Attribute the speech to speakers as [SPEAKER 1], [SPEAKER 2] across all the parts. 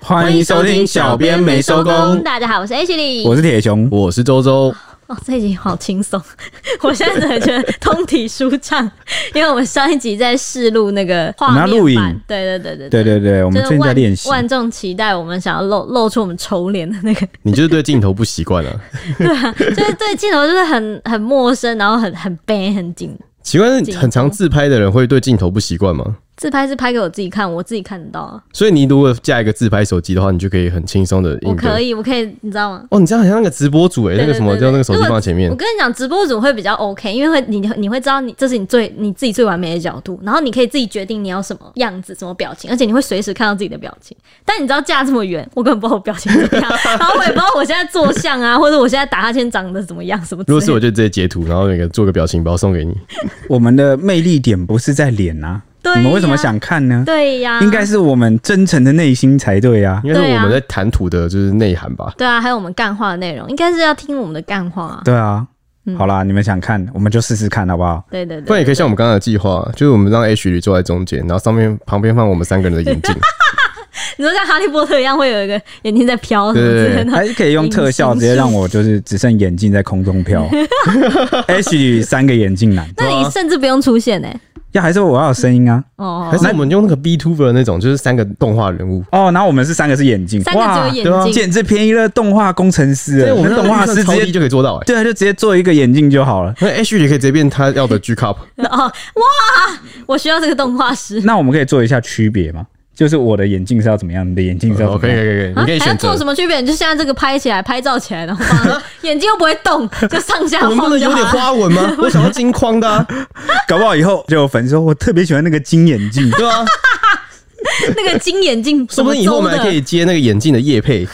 [SPEAKER 1] 欢迎收听《小编没收工》，
[SPEAKER 2] 大家好，我是 H 李，
[SPEAKER 1] 我是铁熊。
[SPEAKER 3] 我是周周，
[SPEAKER 2] 哦，这一集好轻松， 我现在真的觉得通体舒畅，因为我们上一集在试录那个画面
[SPEAKER 1] 我们
[SPEAKER 2] 版，
[SPEAKER 1] 要录影
[SPEAKER 2] 对对对对
[SPEAKER 1] 对对对，我
[SPEAKER 2] 我
[SPEAKER 1] 们最近在练习。
[SPEAKER 2] 万众期待，我们想要露露出我们丑脸的那个，
[SPEAKER 3] 你就是对镜头不习惯啊。
[SPEAKER 2] 就是对镜头就是很很陌生，然后很很悲很紧。
[SPEAKER 3] 奇怪，
[SPEAKER 2] 镜头
[SPEAKER 3] 很常自拍的人会对镜头不习惯吗？
[SPEAKER 2] 自拍是拍给我自己看，我自己看得到啊，
[SPEAKER 3] 所以你如果架一个自拍手机的话，你就可以很轻松的
[SPEAKER 2] 我
[SPEAKER 3] 应
[SPEAKER 2] 可
[SPEAKER 3] 对。
[SPEAKER 2] 以，我可以，你知道吗？
[SPEAKER 3] 哦，你这样很像那个直播主诶、
[SPEAKER 2] 对
[SPEAKER 3] 那个什么
[SPEAKER 2] 对对
[SPEAKER 3] 叫那个手机
[SPEAKER 2] 如果
[SPEAKER 3] 放在前面
[SPEAKER 2] 我，跟你讲，直播主会比较 OK，因为会你你会知道你这是你最你自己最完美的角度，然后你可以自己决定你要什么样子、什么表情，而且你会随时看到自己的表情。但你知道架这么远，我根本不知道我表情怎么 样，然后我也不知道我现在坐相啊，或者我现在打哈欠长得怎么样，什么之类
[SPEAKER 3] 如果
[SPEAKER 2] 的。
[SPEAKER 3] 是我就直接截图，然后那个做个表情包送给你。
[SPEAKER 1] 我们的魅力点不是在脸啊，
[SPEAKER 2] 对
[SPEAKER 1] 你们为什么
[SPEAKER 2] 呀
[SPEAKER 1] 想看呢？
[SPEAKER 2] 对呀、
[SPEAKER 1] 应该是我们真诚的内心才对啊。
[SPEAKER 3] 应该
[SPEAKER 2] 对
[SPEAKER 3] 是
[SPEAKER 2] 啊
[SPEAKER 3] 我们在谈吐的就是内涵吧。
[SPEAKER 2] 对啊，还有我们干话的内容，应该是要听我们的干话、啊。
[SPEAKER 1] 对啊，
[SPEAKER 2] 嗯
[SPEAKER 1] 好啦，你们想看，我们就试试看好不好？
[SPEAKER 2] 对对对，
[SPEAKER 3] 不然也可以像我们刚刚的计划，就是我们让 H 女坐在中间，然后上面旁边放我们三个人的眼镜，
[SPEAKER 2] 你说像哈利波特一样，会有一个眼睛在飘什么之类
[SPEAKER 3] 对
[SPEAKER 2] 的。
[SPEAKER 1] 还是可以用特效直接让我就是只剩眼镜在空中 飘。H 女三个眼镜男，
[SPEAKER 2] 那
[SPEAKER 3] 啊
[SPEAKER 2] 你甚至不用出现呢、
[SPEAKER 1] 呀，还是我要有声音啊？
[SPEAKER 2] 哦
[SPEAKER 3] 哎还，是我们用那个 B Tuber 那种，就是三个动画人物。
[SPEAKER 1] 哦，然后我们是三个是眼镜，
[SPEAKER 2] 三个只有眼
[SPEAKER 3] 对啊
[SPEAKER 2] 睛，
[SPEAKER 1] 简直便宜了动画工程师了，
[SPEAKER 3] 对，我们
[SPEAKER 1] 那动画师直
[SPEAKER 3] 超
[SPEAKER 1] 接
[SPEAKER 3] 低就可以做到、欸。
[SPEAKER 1] 对啊，就直接做一个眼镜就好了。
[SPEAKER 3] 那 H 也可以直接变他要的 G cup，
[SPEAKER 2] 哦，哇！我需要这个动画师。
[SPEAKER 1] 那我们可以做一下区别吗？就是我的眼镜是要怎么样，你的眼镜是要
[SPEAKER 3] 哦
[SPEAKER 1] 怎么
[SPEAKER 3] 可以可
[SPEAKER 1] 样？
[SPEAKER 3] 以可以，你可以
[SPEAKER 2] 啊还要
[SPEAKER 3] 选
[SPEAKER 2] 做什
[SPEAKER 3] 择。
[SPEAKER 2] 么区别？你就现在这个拍起来，拍照起来，然后放 在那眼睛又不会动，就上下
[SPEAKER 3] 我们不
[SPEAKER 2] 晃
[SPEAKER 3] 能
[SPEAKER 2] 就
[SPEAKER 3] 有点
[SPEAKER 2] 好了。
[SPEAKER 3] 花纹吗？我想要金框的、啊，，
[SPEAKER 1] 搞不好以后就有粉丝说，我特别喜欢那个金眼镜
[SPEAKER 3] 对吧、
[SPEAKER 2] 那个金眼镜
[SPEAKER 3] 说
[SPEAKER 2] 怎
[SPEAKER 3] 不
[SPEAKER 2] 么
[SPEAKER 3] 定以后我
[SPEAKER 2] 周
[SPEAKER 3] 们还可
[SPEAKER 2] 的？
[SPEAKER 3] 以接那个眼镜的叶配，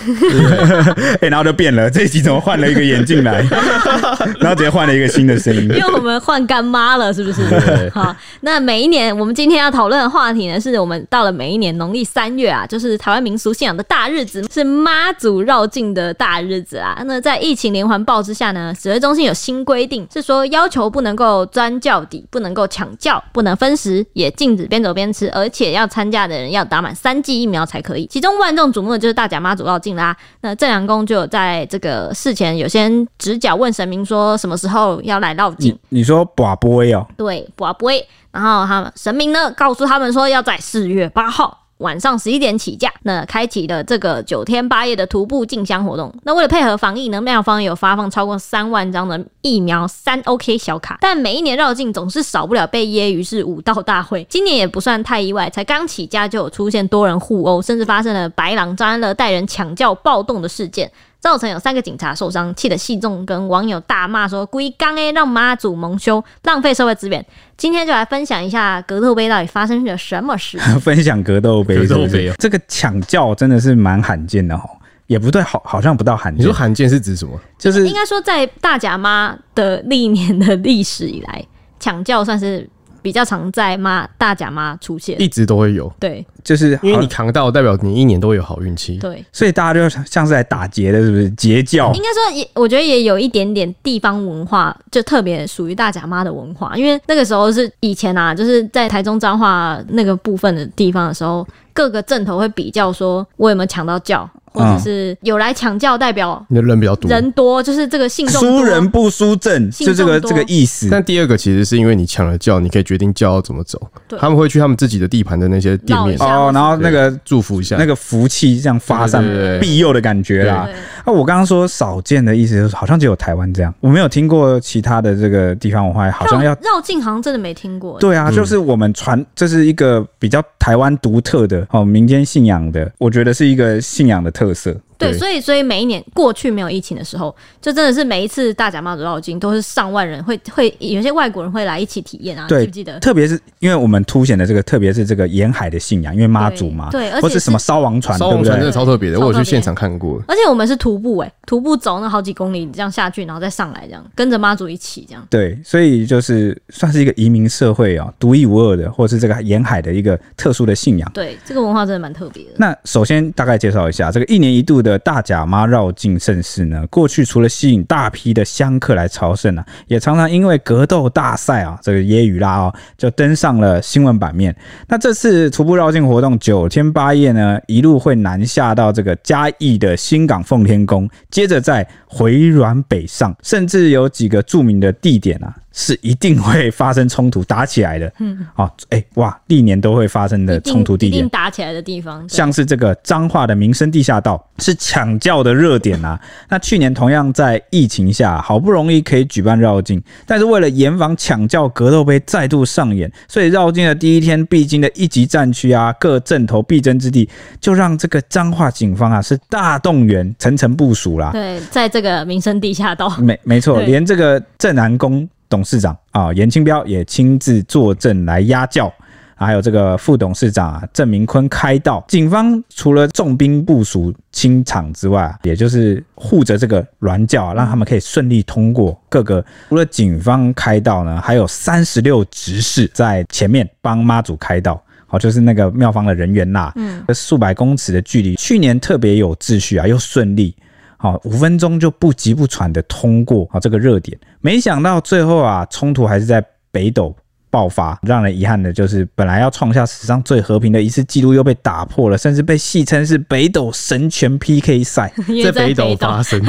[SPEAKER 1] 哎、然后就变了，这一集怎么换了一个眼镜来， 然后直接换了一个新的声音
[SPEAKER 2] 因。为我们换干妈了，是不是？
[SPEAKER 3] 对
[SPEAKER 2] 好，那每一年我们今天要讨论的话题呢，是我们到了每一年农历三月啊，就是台湾民俗信仰的大日子，是妈祖绕境的大日子啊。那在疫情连环爆之下呢，指挥中心有新规定，是说要求不能够钻教底，不能够抢教，不能分食，也禁止边走边吃，而且要参加的人要打满三剂疫苗才可以。其中万众瞩目的就是大甲妈祖绕境啦。那正良公就有在这个事前有先指角问神明说什么时候要来绕境
[SPEAKER 1] 你。你说寡波哦，
[SPEAKER 2] 对，不不会。然后他们神明呢告诉他们说要在四月八号。晚上十一点起驾，那开启了这个九天八夜的徒步进香活动。那为了配合防疫呢，庙方有发放超过三万张的疫苗三 OK 小卡。但每一年绕境总是少不了被揶揄是武道大会，今年也不算太意外，才刚起驾就有出现多人互殴，甚至发生了白狼张安乐带人抢教暴动的事件。造成有三个警察受伤，气得戏众跟网友大骂说：“故意刚 A 让妈祖蒙羞，浪费社会资源。”今天就来分享一下格斗杯到底发生了什么事。
[SPEAKER 1] 分享格斗杯是不是，
[SPEAKER 3] 格斗杯哦
[SPEAKER 1] 这个抢教真的是蛮罕见的哦，也不对，好好像不到罕
[SPEAKER 3] 你
[SPEAKER 1] 见
[SPEAKER 3] 说，罕见是指什么？
[SPEAKER 1] 就是
[SPEAKER 2] 应该说，在大甲妈的历年的历史以来，抢教算是比较常在妈大甲妈出现。
[SPEAKER 3] 一直都会有，
[SPEAKER 2] 对
[SPEAKER 1] 就是
[SPEAKER 3] 因为你
[SPEAKER 1] 好
[SPEAKER 3] 扛到，代表你一年都会有好运气。
[SPEAKER 2] 对，
[SPEAKER 1] 所以大家就像是来打劫的，是不是？劫教
[SPEAKER 2] 应该说也，我觉得也有一点点地方文化，就特别属于大甲妈的文化，因为那个时候是以前啊，就是在台中彰化那个部分的地方的时候，各个镇头会比较说我有没有抢到教，或
[SPEAKER 1] 嗯
[SPEAKER 2] 者是有来抢教代表
[SPEAKER 3] 你的人比较多，
[SPEAKER 2] 人多，就是这个信众
[SPEAKER 1] 输
[SPEAKER 2] 多
[SPEAKER 1] 人不输阵，
[SPEAKER 2] 信
[SPEAKER 1] 就这个
[SPEAKER 2] 众多
[SPEAKER 1] 这个意思。
[SPEAKER 3] 但第二个其实是因为你抢了教，你可以决定教要怎么走
[SPEAKER 2] 对。
[SPEAKER 3] 他们会去他们自己的地盘的那些店
[SPEAKER 2] 绕
[SPEAKER 3] 面
[SPEAKER 2] 一下
[SPEAKER 1] 哦，然后那个
[SPEAKER 3] 祝福一下。
[SPEAKER 1] 那个福气这样发散
[SPEAKER 3] 对对对对
[SPEAKER 1] 庇佑的感觉啦。
[SPEAKER 2] 对
[SPEAKER 1] 啊，我刚刚说少见的意思就是，好像只有台湾这样，我没有听过其他的这个地方文化，好像要
[SPEAKER 2] 绕绕境好像真的没听过。
[SPEAKER 1] 对啊，
[SPEAKER 3] 嗯
[SPEAKER 1] 就是我们传，这是一个比较台湾独特的哦，民间信仰的，我觉得是一个信仰的特色。
[SPEAKER 2] 对，
[SPEAKER 3] 对
[SPEAKER 2] 所以所以每一年过去没有疫情的时候，就真的是每一次大甲妈祖绕境都是上万人会会有些外国人会来一起体验啊，
[SPEAKER 1] 对
[SPEAKER 2] 记不记得？
[SPEAKER 1] 特别是因为我们凸显的这个，特别是这个沿海的信仰，因为妈祖嘛，
[SPEAKER 2] 对对而且
[SPEAKER 1] 或是
[SPEAKER 2] 是
[SPEAKER 1] 什么烧王船，
[SPEAKER 3] 烧
[SPEAKER 1] 对
[SPEAKER 3] 王
[SPEAKER 1] 不
[SPEAKER 3] 船真
[SPEAKER 1] 对
[SPEAKER 3] 的？超特别的，
[SPEAKER 2] 超特
[SPEAKER 3] 我
[SPEAKER 2] 别
[SPEAKER 3] 有去现场看过。
[SPEAKER 2] 而且我们是徒步哎、徒步走那好几公里，这样下去，然后再上来，这样跟着妈祖一起这样。
[SPEAKER 1] 对，所以就是算是一个移民社会啊、独一无二的，或是这个沿海的一个特殊的信仰。
[SPEAKER 2] 对，这个文化真的蛮特别的。
[SPEAKER 1] 那首先大概介绍一下这个一年一度的大甲妈绕境盛事呢，过去除了吸引大批的香客来朝圣啊，也常常因为格斗大赛啊，这个耶语拉哦，就登上了新闻版面。那这次徒步绕境活动九天八夜呢，一路会南下到这个嘉义的新港奉天宫，接着再回软北上，甚至有几个著名的地点啊，是一定会发生冲突打起来的。嗯，哦，哎、哇，历年都会发生的
[SPEAKER 2] 一定
[SPEAKER 1] 冲突地
[SPEAKER 2] 一
[SPEAKER 1] 点
[SPEAKER 2] 定。打起来的地方，对
[SPEAKER 1] 像是这个彰化的民生地下道是抢教的热点啊。 那去年同样在疫情下，好不容易可以举办绕境，但是为了严防抢教格斗杯再度上演，所以绕境的第一天必经的一级战区啊，各阵头必争之地，就让这个彰化警方啊是大动员，层层部署啦。
[SPEAKER 2] 对，在这个民生地 下道，
[SPEAKER 1] 没没错，
[SPEAKER 2] 对
[SPEAKER 1] 连这个正南宫董事长啊严清标也亲自坐镇来压轿。啊还有这个副董事长啊，郑明坤开道，警方除了重兵部署清场之外啊，也就是护着这个软教、啊，让他们可以顺利通过各个。除了警方开道呢，还有三十六执事在前面帮妈祖开道，好，就是那个庙方的人员啦、
[SPEAKER 2] 嗯，
[SPEAKER 1] 数百公尺的距离，去年特别有秩序啊，又顺利。好，五分钟就不急不喘的通过啊这个热点，没想到最后啊，冲突还是在北斗爆发。让人遗憾的就是，本来要创下史上最和平的一次记录，又被打破了，甚至被戏称是北斗神拳 PK 赛。
[SPEAKER 2] 因为
[SPEAKER 3] 在
[SPEAKER 2] 在
[SPEAKER 3] 北斗
[SPEAKER 2] 斗
[SPEAKER 3] 发生，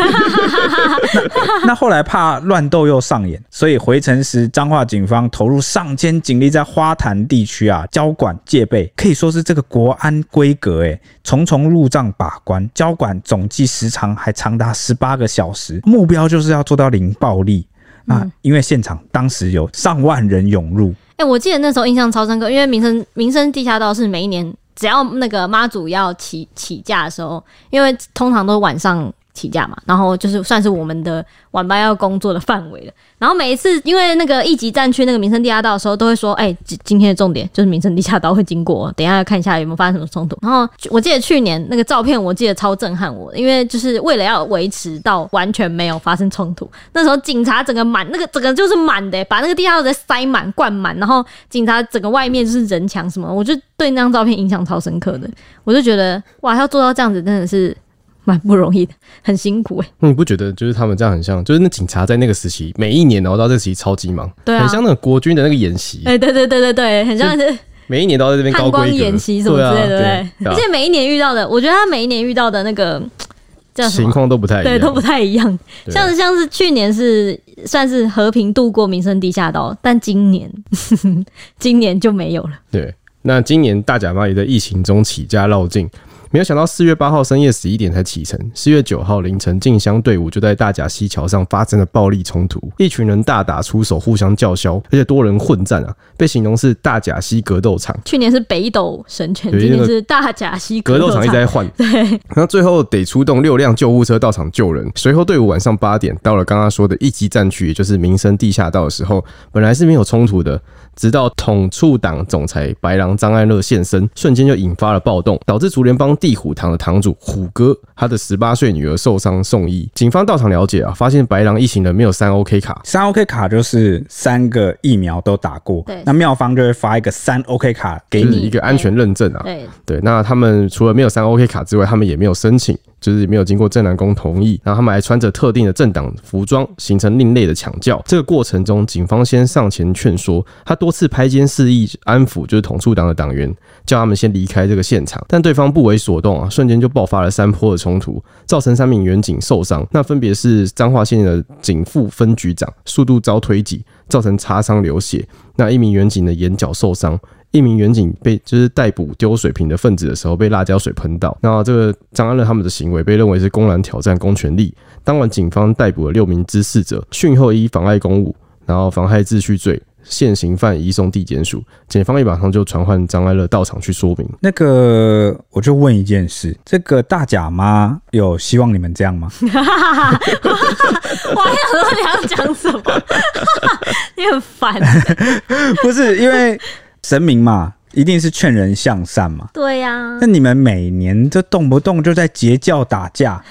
[SPEAKER 1] 那后来怕乱斗又上演，所以回程时彰化警方投入上千警力在花坛地区啊交管戒备，可以说是这个国安规格诶、重重入账把关，交管总计时长还长达十八个小时，目标就是要做到零暴力。啊，因为现场当时有上万人涌入，
[SPEAKER 2] 哎、我记得那时候印象超深刻，因为民生民生地下道是每一年只要那个妈祖要起起驾的时候，因为通常都是晚上起驾嘛，然后就是算是我们的晚班要工作的范围了。然后每一次因为那个一级战区那个民生地下道的时候，都会说，哎、今今天的重点就是民生地下道会经过，等一下看一下有没有发生什么冲突。然后我记得去年那个照片，我记得超震撼我的，因为就是为了要维持到完全没有发生冲突，那时候警察整个满，那个整个就是满的、欸把那个地下道直接塞满、灌满，然后警察整个外面就是人墙什么，我就对那张照片印象超深刻的。我就觉得哇，要做到这样子真的是蛮不容易的，很辛苦哎、
[SPEAKER 3] 嗯你不觉得就是他们这样很像？就是那警察在那个时期，每一年然后到这个时期超级忙，
[SPEAKER 2] 对啊
[SPEAKER 3] 很像那个国军的那个演习，
[SPEAKER 2] 哎、对对对对对，很像是
[SPEAKER 3] 每一年都要在这边高
[SPEAKER 2] 汉光
[SPEAKER 3] 规格
[SPEAKER 2] 演习什么之类的，
[SPEAKER 3] 对啊
[SPEAKER 2] 对不 对？而且每一年遇到的，我觉得他每一年遇到的那个叫什
[SPEAKER 3] 情
[SPEAKER 2] 么？
[SPEAKER 3] 况都不太一
[SPEAKER 2] 对，
[SPEAKER 3] 样，
[SPEAKER 2] 都 不太一样。
[SPEAKER 3] 对啊
[SPEAKER 2] 像是像是去年是算是和平度过民生地下道，但今年 今年就没有了。
[SPEAKER 3] 对，那今年大甲妈也在疫情中起家绕境，没有想到四月八号深夜十一点才启程，四月九号凌晨进香队伍就在大甲溪桥上发生了暴力冲突，一群人大打出手，互相叫嚣，而且多人混战啊，被形容是大甲溪格斗场。
[SPEAKER 2] 去年是北斗神拳，
[SPEAKER 3] 对
[SPEAKER 2] 今
[SPEAKER 3] 那
[SPEAKER 2] 年
[SPEAKER 3] 个
[SPEAKER 2] 是大甲溪
[SPEAKER 3] 格斗
[SPEAKER 2] 斗
[SPEAKER 3] 场一直在换，对，然后最后得出动六辆救护车到场救人。随后队伍晚上八点到了刚刚说的一级战区，也就是民生地下道的时候，本来是没有冲突的，直到统促党总裁白狼张安乐现身，瞬间就引发了暴动，导致竹联帮地虎堂的堂主虎哥他的十八岁女儿受伤送医。警方到场了解啊，发现白狼一行人没有三 OK 卡，
[SPEAKER 1] 三 OK 卡就是三个疫苗都打过
[SPEAKER 2] 对，
[SPEAKER 1] 那妙方就会发一个三 OK 卡给
[SPEAKER 3] 就是
[SPEAKER 1] 你，
[SPEAKER 3] 一个安全认证啊。
[SPEAKER 2] 对，
[SPEAKER 3] 对，那他们除了没有三 OK 卡之外，他们也没有申请，就是也没有经过正南宫同意。然后他们还穿着特定的政党服装，形成另类的抢教。这个过程中，警方先上前劝说，他多次拍肩示意安抚，就是统促党的党员，叫他们先离开这个现场。但对方不为所动啊，瞬间就爆发了山坡的冲突，造成三名员警受伤，那分别是彰化县的警副分局长速度遭推挤，造成擦伤流血，那一名员警的眼角受伤，一名远警被就是逮捕丢水瓶的分子的时候被辣椒水喷到，那这个张安乐他们的行为被认为是公然挑战公权力。当晚，警方逮捕了六名滋事者，讯后依妨碍公务，然后妨害秩序罪，现行犯移送地检署。检方也马上就传唤张安乐到场去说明。
[SPEAKER 1] 那个，我就问一件事：这个大甲妈有希望你们这样吗？
[SPEAKER 2] 我还想说你还要讲什么， 你很 烦。
[SPEAKER 1] 不是，因为神明嘛，一定是劝人向善嘛。
[SPEAKER 2] 对呀、
[SPEAKER 1] 那你们每年这动不动就在截教打架，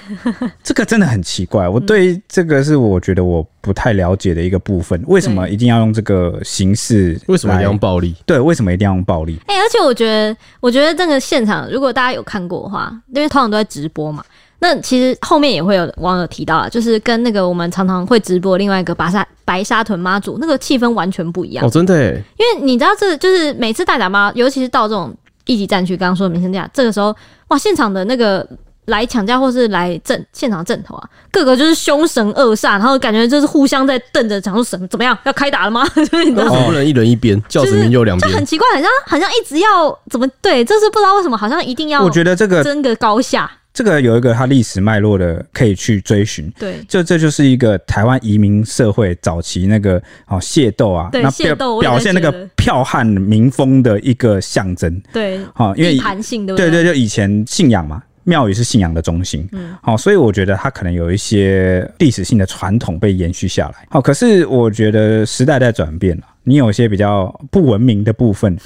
[SPEAKER 1] 这个真的很奇怪。我对这个是我觉得我不太了解的一个部分，为什么一定要用这个形式？
[SPEAKER 3] 为什么一定要用？暴力？
[SPEAKER 1] 对，为什么一定要用暴力？
[SPEAKER 2] 哎、而且我觉得，我觉得这个现场如果大家有看过的话，因为通常都在直播嘛，那其实后面也会有网友提到啊，就是跟那个我们常常会直播另外一个白沙白沙屯妈祖那个气氛完全不一样
[SPEAKER 3] 哦，。真的耶，
[SPEAKER 2] 因为你知道这就是每次大甲妈，尤其是到这种一级战区，刚刚说的民生价，这个时候哇，现场的那个来抢架或是来阵现场阵头啊，各个就是凶神恶煞，然后感觉就是互相在瞪着，讲说什么怎么样要开打了吗？ 就是你知道。
[SPEAKER 3] 为什么不能一人一边，叫神明就两
[SPEAKER 2] 就很
[SPEAKER 3] 边？
[SPEAKER 2] 奇怪，好像好像一直要怎么对，这是不知道为什么，好像一定要
[SPEAKER 1] 我觉得这个
[SPEAKER 2] 争个高下。
[SPEAKER 1] 这个有一个它历史脉络的可以去追寻。
[SPEAKER 2] 对，
[SPEAKER 1] 就这就是一个台湾移民社会早期那个哦械斗啊，
[SPEAKER 2] 对
[SPEAKER 1] 那
[SPEAKER 2] 械
[SPEAKER 1] 表
[SPEAKER 2] 斗我也
[SPEAKER 1] 表现那
[SPEAKER 2] 觉得
[SPEAKER 1] 个剽悍民风的一个象征
[SPEAKER 2] 对，
[SPEAKER 1] 哦，因为
[SPEAKER 2] 地盘性对不
[SPEAKER 1] 对
[SPEAKER 2] 对
[SPEAKER 1] 对，就以前信仰嘛，庙宇是信仰的中心，
[SPEAKER 2] 嗯
[SPEAKER 1] 嗯，好、所以我觉得它可能有一些历史性的传统被延续下来。好、哦可是我觉得时代在转变了，你有一些比较不文明的部 分，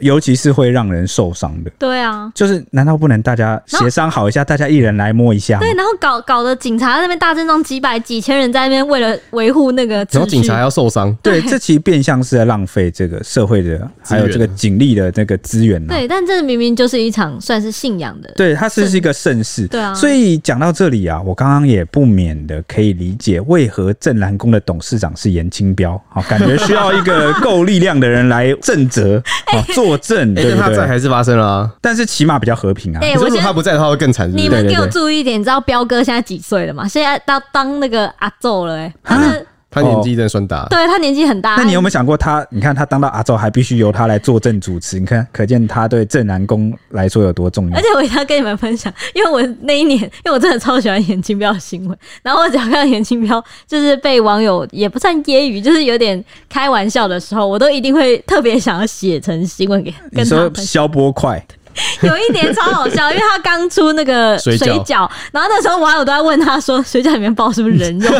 [SPEAKER 1] 尤其是会让人受伤的。
[SPEAKER 2] 对啊，
[SPEAKER 1] 就是难道不能大家协商好一下，大家一人来摸一下吗
[SPEAKER 2] 对，？然后搞搞得警察在那边大阵仗，几百几千人在那边为了维护那个秩序，
[SPEAKER 3] 然后警察还要受伤，
[SPEAKER 1] 对，这其实变相是在浪费这个社会的，还有这个警力的那个资源呢、
[SPEAKER 2] 对，但这明明就是一场算是信仰的，
[SPEAKER 1] 对，它是是一个盛世。
[SPEAKER 2] 对啊
[SPEAKER 1] 所以讲到这里啊，我刚刚也不免的可以理解为何正蓝宫的董事长是严清标，好、感觉需要一个够力量的人来正责啊、作证，
[SPEAKER 3] 哎，
[SPEAKER 1] 对
[SPEAKER 3] 但
[SPEAKER 1] 不
[SPEAKER 3] 他在
[SPEAKER 1] 对？
[SPEAKER 3] 还是发生了啊。
[SPEAKER 1] 但是起码比较和平啊。
[SPEAKER 2] 哎
[SPEAKER 3] 你说
[SPEAKER 2] 我
[SPEAKER 3] 如
[SPEAKER 2] 觉
[SPEAKER 3] 果
[SPEAKER 2] 得
[SPEAKER 3] 他不在的话会更惨，是不
[SPEAKER 2] 你
[SPEAKER 3] 是？
[SPEAKER 2] 们
[SPEAKER 1] 对对
[SPEAKER 2] 给我
[SPEAKER 1] 对
[SPEAKER 2] 注意一点，你知道彪哥现在几岁了吗？现在当当那个阿昼了、欸，他是
[SPEAKER 3] 他年纪真的算大，
[SPEAKER 2] 对他年纪很大，
[SPEAKER 1] 啊那你有没有想过他？你看他当到阿周还必须由他来坐镇主持，你看可见他对正南宫来说有多重要
[SPEAKER 2] 而。且我一定要跟你们分享，因为我那一年，因为我真的超喜欢严清标的新闻， 然后我只要看到严清标就是被网友也不算揶揄，就是有点开玩笑的时候，我都一定会特别想要写成新闻给
[SPEAKER 1] 你
[SPEAKER 2] 跟他
[SPEAKER 1] 说
[SPEAKER 2] 们。
[SPEAKER 1] 消波块，
[SPEAKER 2] 有一年超好笑，因为他刚出那个 水
[SPEAKER 3] 水饺
[SPEAKER 2] 饺，然后那时候网友都在问他说，水饺里面包是不是人肉？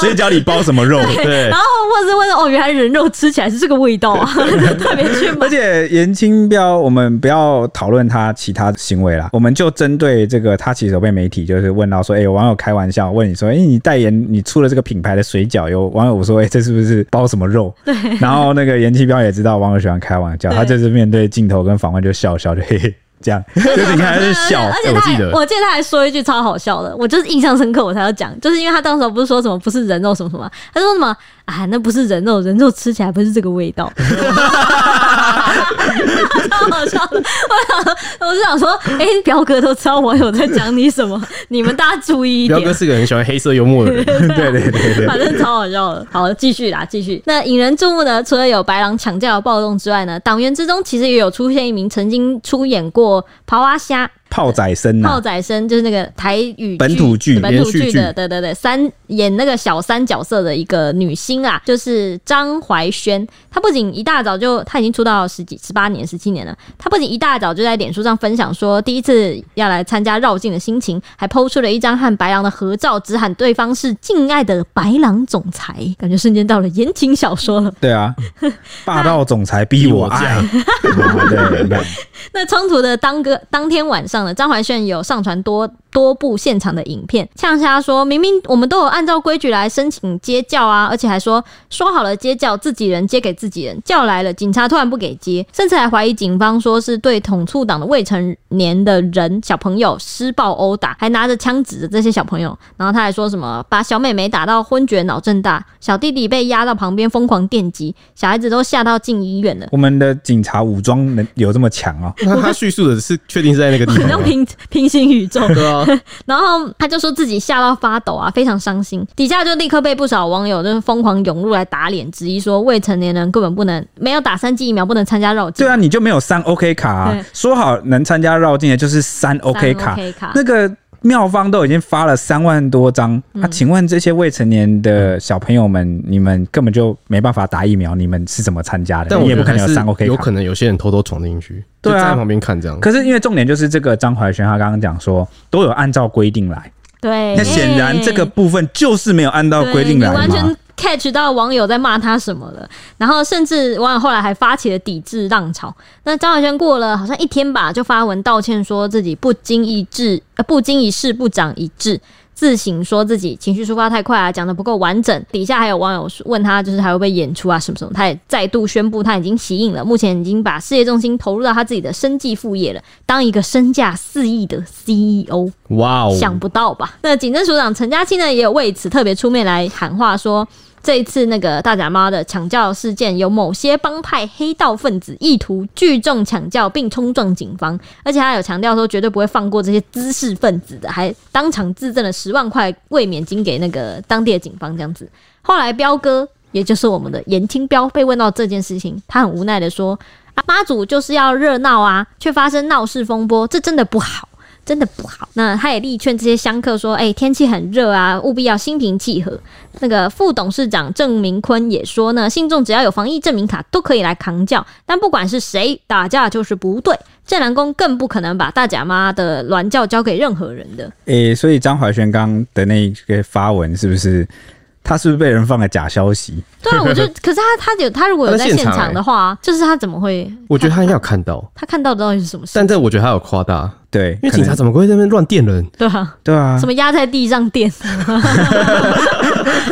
[SPEAKER 1] 水饺里包什么肉？
[SPEAKER 3] 对
[SPEAKER 2] 然后或是问哦，原来人肉吃起来是这个味道啊，就特别去 买
[SPEAKER 1] 而。且严清标，我们不要讨论他其他行为啦，我们就针对这个，他其实有被媒体就是问到说，哎、有网友开玩笑问你说，哎、你代言你出了这个品牌的水饺，有网友说，哎、这是不是包什么肉？ 对。然后那个严清标也知道网友喜欢开玩笑，
[SPEAKER 2] 对
[SPEAKER 1] 他就是面对镜头跟访问就笑笑，就嘿嘿这 样， 就是你看他就笑，欸
[SPEAKER 2] 而且他
[SPEAKER 3] 哎我
[SPEAKER 2] 还
[SPEAKER 3] 记得
[SPEAKER 2] 我记得他还说一句超好笑的，我就是印象深刻，我才要讲，就是因为他当时不是说什么不是人肉什么什么，他说什么啊，那不是人肉，人肉吃起来不是这个味道， 超好笑的。我想，我就想说，哎、彪哥都知道网友在讲你什么，你们大家注意一
[SPEAKER 3] 彪哥
[SPEAKER 2] 点。
[SPEAKER 3] 是个很喜欢黑色幽默的 人，
[SPEAKER 1] 对对对对。
[SPEAKER 2] 反正超好笑的。好，继续啦，继续。那引人注目呢，除了有白狼抢架的暴动之外呢，党员之中其实也有出现一名曾经出演过刨蛙虾
[SPEAKER 1] 炮仔啊生呐、
[SPEAKER 2] 炮仔生就是那个台语
[SPEAKER 1] 本土剧
[SPEAKER 2] 本土
[SPEAKER 1] 连
[SPEAKER 2] 剧
[SPEAKER 1] 续剧
[SPEAKER 2] 的，对对对，三演那个小三角色的一个女星啊，就是张怀萱。她不仅一大早就，她已经出道十几、十八年、十七年了。她不仅一大早就在脸书上分享说，第一次要来参加绕境的心情，还抛出了一张和白狼的合照，只喊对方是敬爱的白狼总裁，感觉瞬间到了言情小说了。
[SPEAKER 1] 对啊，霸道总裁逼我 爱，啊对，你看
[SPEAKER 2] 那冲突的当个当天晚上呢，张怀炫有上传多多部现场的影片，呛瞎说明明我们都有按照规矩来申请接教啊，而且还说说好了接教，自己人接给自己人，叫来了警察突然不给接，甚至还怀疑警方说是对统促党的未成年的人小朋友施暴殴打，还拿着枪指着这些小朋友，然后他还说什么把小妹妹打到昏厥脑震大，小弟弟被压到旁边疯狂电击，小孩子都吓到进医院了。
[SPEAKER 1] 我们的警察武装能有这么强啊、
[SPEAKER 3] 那他叙述的是确定是在那个地
[SPEAKER 2] 很像
[SPEAKER 3] 方吗，
[SPEAKER 2] 平平行宇宙，
[SPEAKER 3] 对啊，
[SPEAKER 2] 然后他就说自己吓到发抖啊，非常伤心。底下就立刻被不少网友就是疯狂涌入来打脸，质疑说未成年人根本不能没有打三剂疫苗不能参加绕境。
[SPEAKER 1] 对啊，你就没有三 OK 卡、
[SPEAKER 2] 对
[SPEAKER 1] 啊，说好能参加绕境的就是三 OK
[SPEAKER 2] 三
[SPEAKER 1] 卡，
[SPEAKER 2] ，OK 卡。
[SPEAKER 1] 那个妙方都已经发了三万多张，
[SPEAKER 2] 嗯
[SPEAKER 1] 那、请问这些未成年的小朋友们，你们根本就没办法打疫苗，你们是怎么参加的？
[SPEAKER 3] 但
[SPEAKER 1] 你
[SPEAKER 3] 我
[SPEAKER 1] 也
[SPEAKER 3] 觉
[SPEAKER 1] 不可
[SPEAKER 3] 得还
[SPEAKER 1] 能有
[SPEAKER 3] 是
[SPEAKER 1] 三 OK
[SPEAKER 3] 有
[SPEAKER 1] 卡。
[SPEAKER 3] 可能有些人偷偷闯进去，就
[SPEAKER 1] 对啊
[SPEAKER 3] 站在旁边看这样。
[SPEAKER 1] 可是因为重点就是这个张怀轩，他刚刚讲说都有按照规定来，
[SPEAKER 2] 对，
[SPEAKER 1] 那显然这个部分就是没有按照
[SPEAKER 2] 哎对
[SPEAKER 1] 规定
[SPEAKER 2] 你
[SPEAKER 1] 来
[SPEAKER 2] 完
[SPEAKER 1] 嘛
[SPEAKER 2] 全。catch 到网友在骂他什么了。然后甚至网友后来还发起了抵制浪潮。那张小轩过了好像呃一天吧，就发文道歉，说自己不经一致，呃，不经一事不长一智。自行说自己情绪抒发太快啊，讲的不够完整。底下还有网友问他，就是还会不会演出啊什么什么，他也再度宣布他已经息影了，目前已经把事业重心投入到他自己的生计副业了，当一个身价四亿的 E CEO。
[SPEAKER 3] 哇哦，
[SPEAKER 2] 想不到吧？那警政署长陈嘉青呢，也有为此特别出面来喊话说。这一次那个大甲妈的抢教事件，有某些帮派黑道分子意图聚众抢教并冲撞警方，而且他有强调说绝对不会放过这些知识分子的，还当场自赠了十万块慰勉金给那个当地的警方这样子。后来彪哥，也就是我们的严清彪，被问到这件事情，他很无奈的说：“啊，妈祖就是要热闹啊，却发生闹事风波，这真的不好。”真的不好。那他也力劝这些香客说：“哎、天气很热啊，务必要心平气和。”那个副董事长郑明坤也说呢，信众只要有防疫证明卡都可以来扛轿，但不管是谁打架就是不对。郑南宫更不可能把大甲妈的銮轿交给任何人的。
[SPEAKER 1] 诶、哎所以张怀轩刚的那个发文是不是他是不是被人放了假消息？
[SPEAKER 2] 对啊，我就可是他他有他如果有
[SPEAKER 3] 他
[SPEAKER 2] 在
[SPEAKER 3] 在
[SPEAKER 2] 现
[SPEAKER 3] 现场
[SPEAKER 2] 场的话，就是他怎么会
[SPEAKER 3] 我觉得他应该有看到，
[SPEAKER 2] 他看到的到底是什么事？
[SPEAKER 3] 但这我觉得他有夸大，
[SPEAKER 1] 对，
[SPEAKER 3] 因为
[SPEAKER 1] 可
[SPEAKER 3] 警
[SPEAKER 1] 能
[SPEAKER 3] 察怎么会在那边乱电人？
[SPEAKER 2] 对啊，
[SPEAKER 1] 对啊
[SPEAKER 2] 什，么压在地上垫？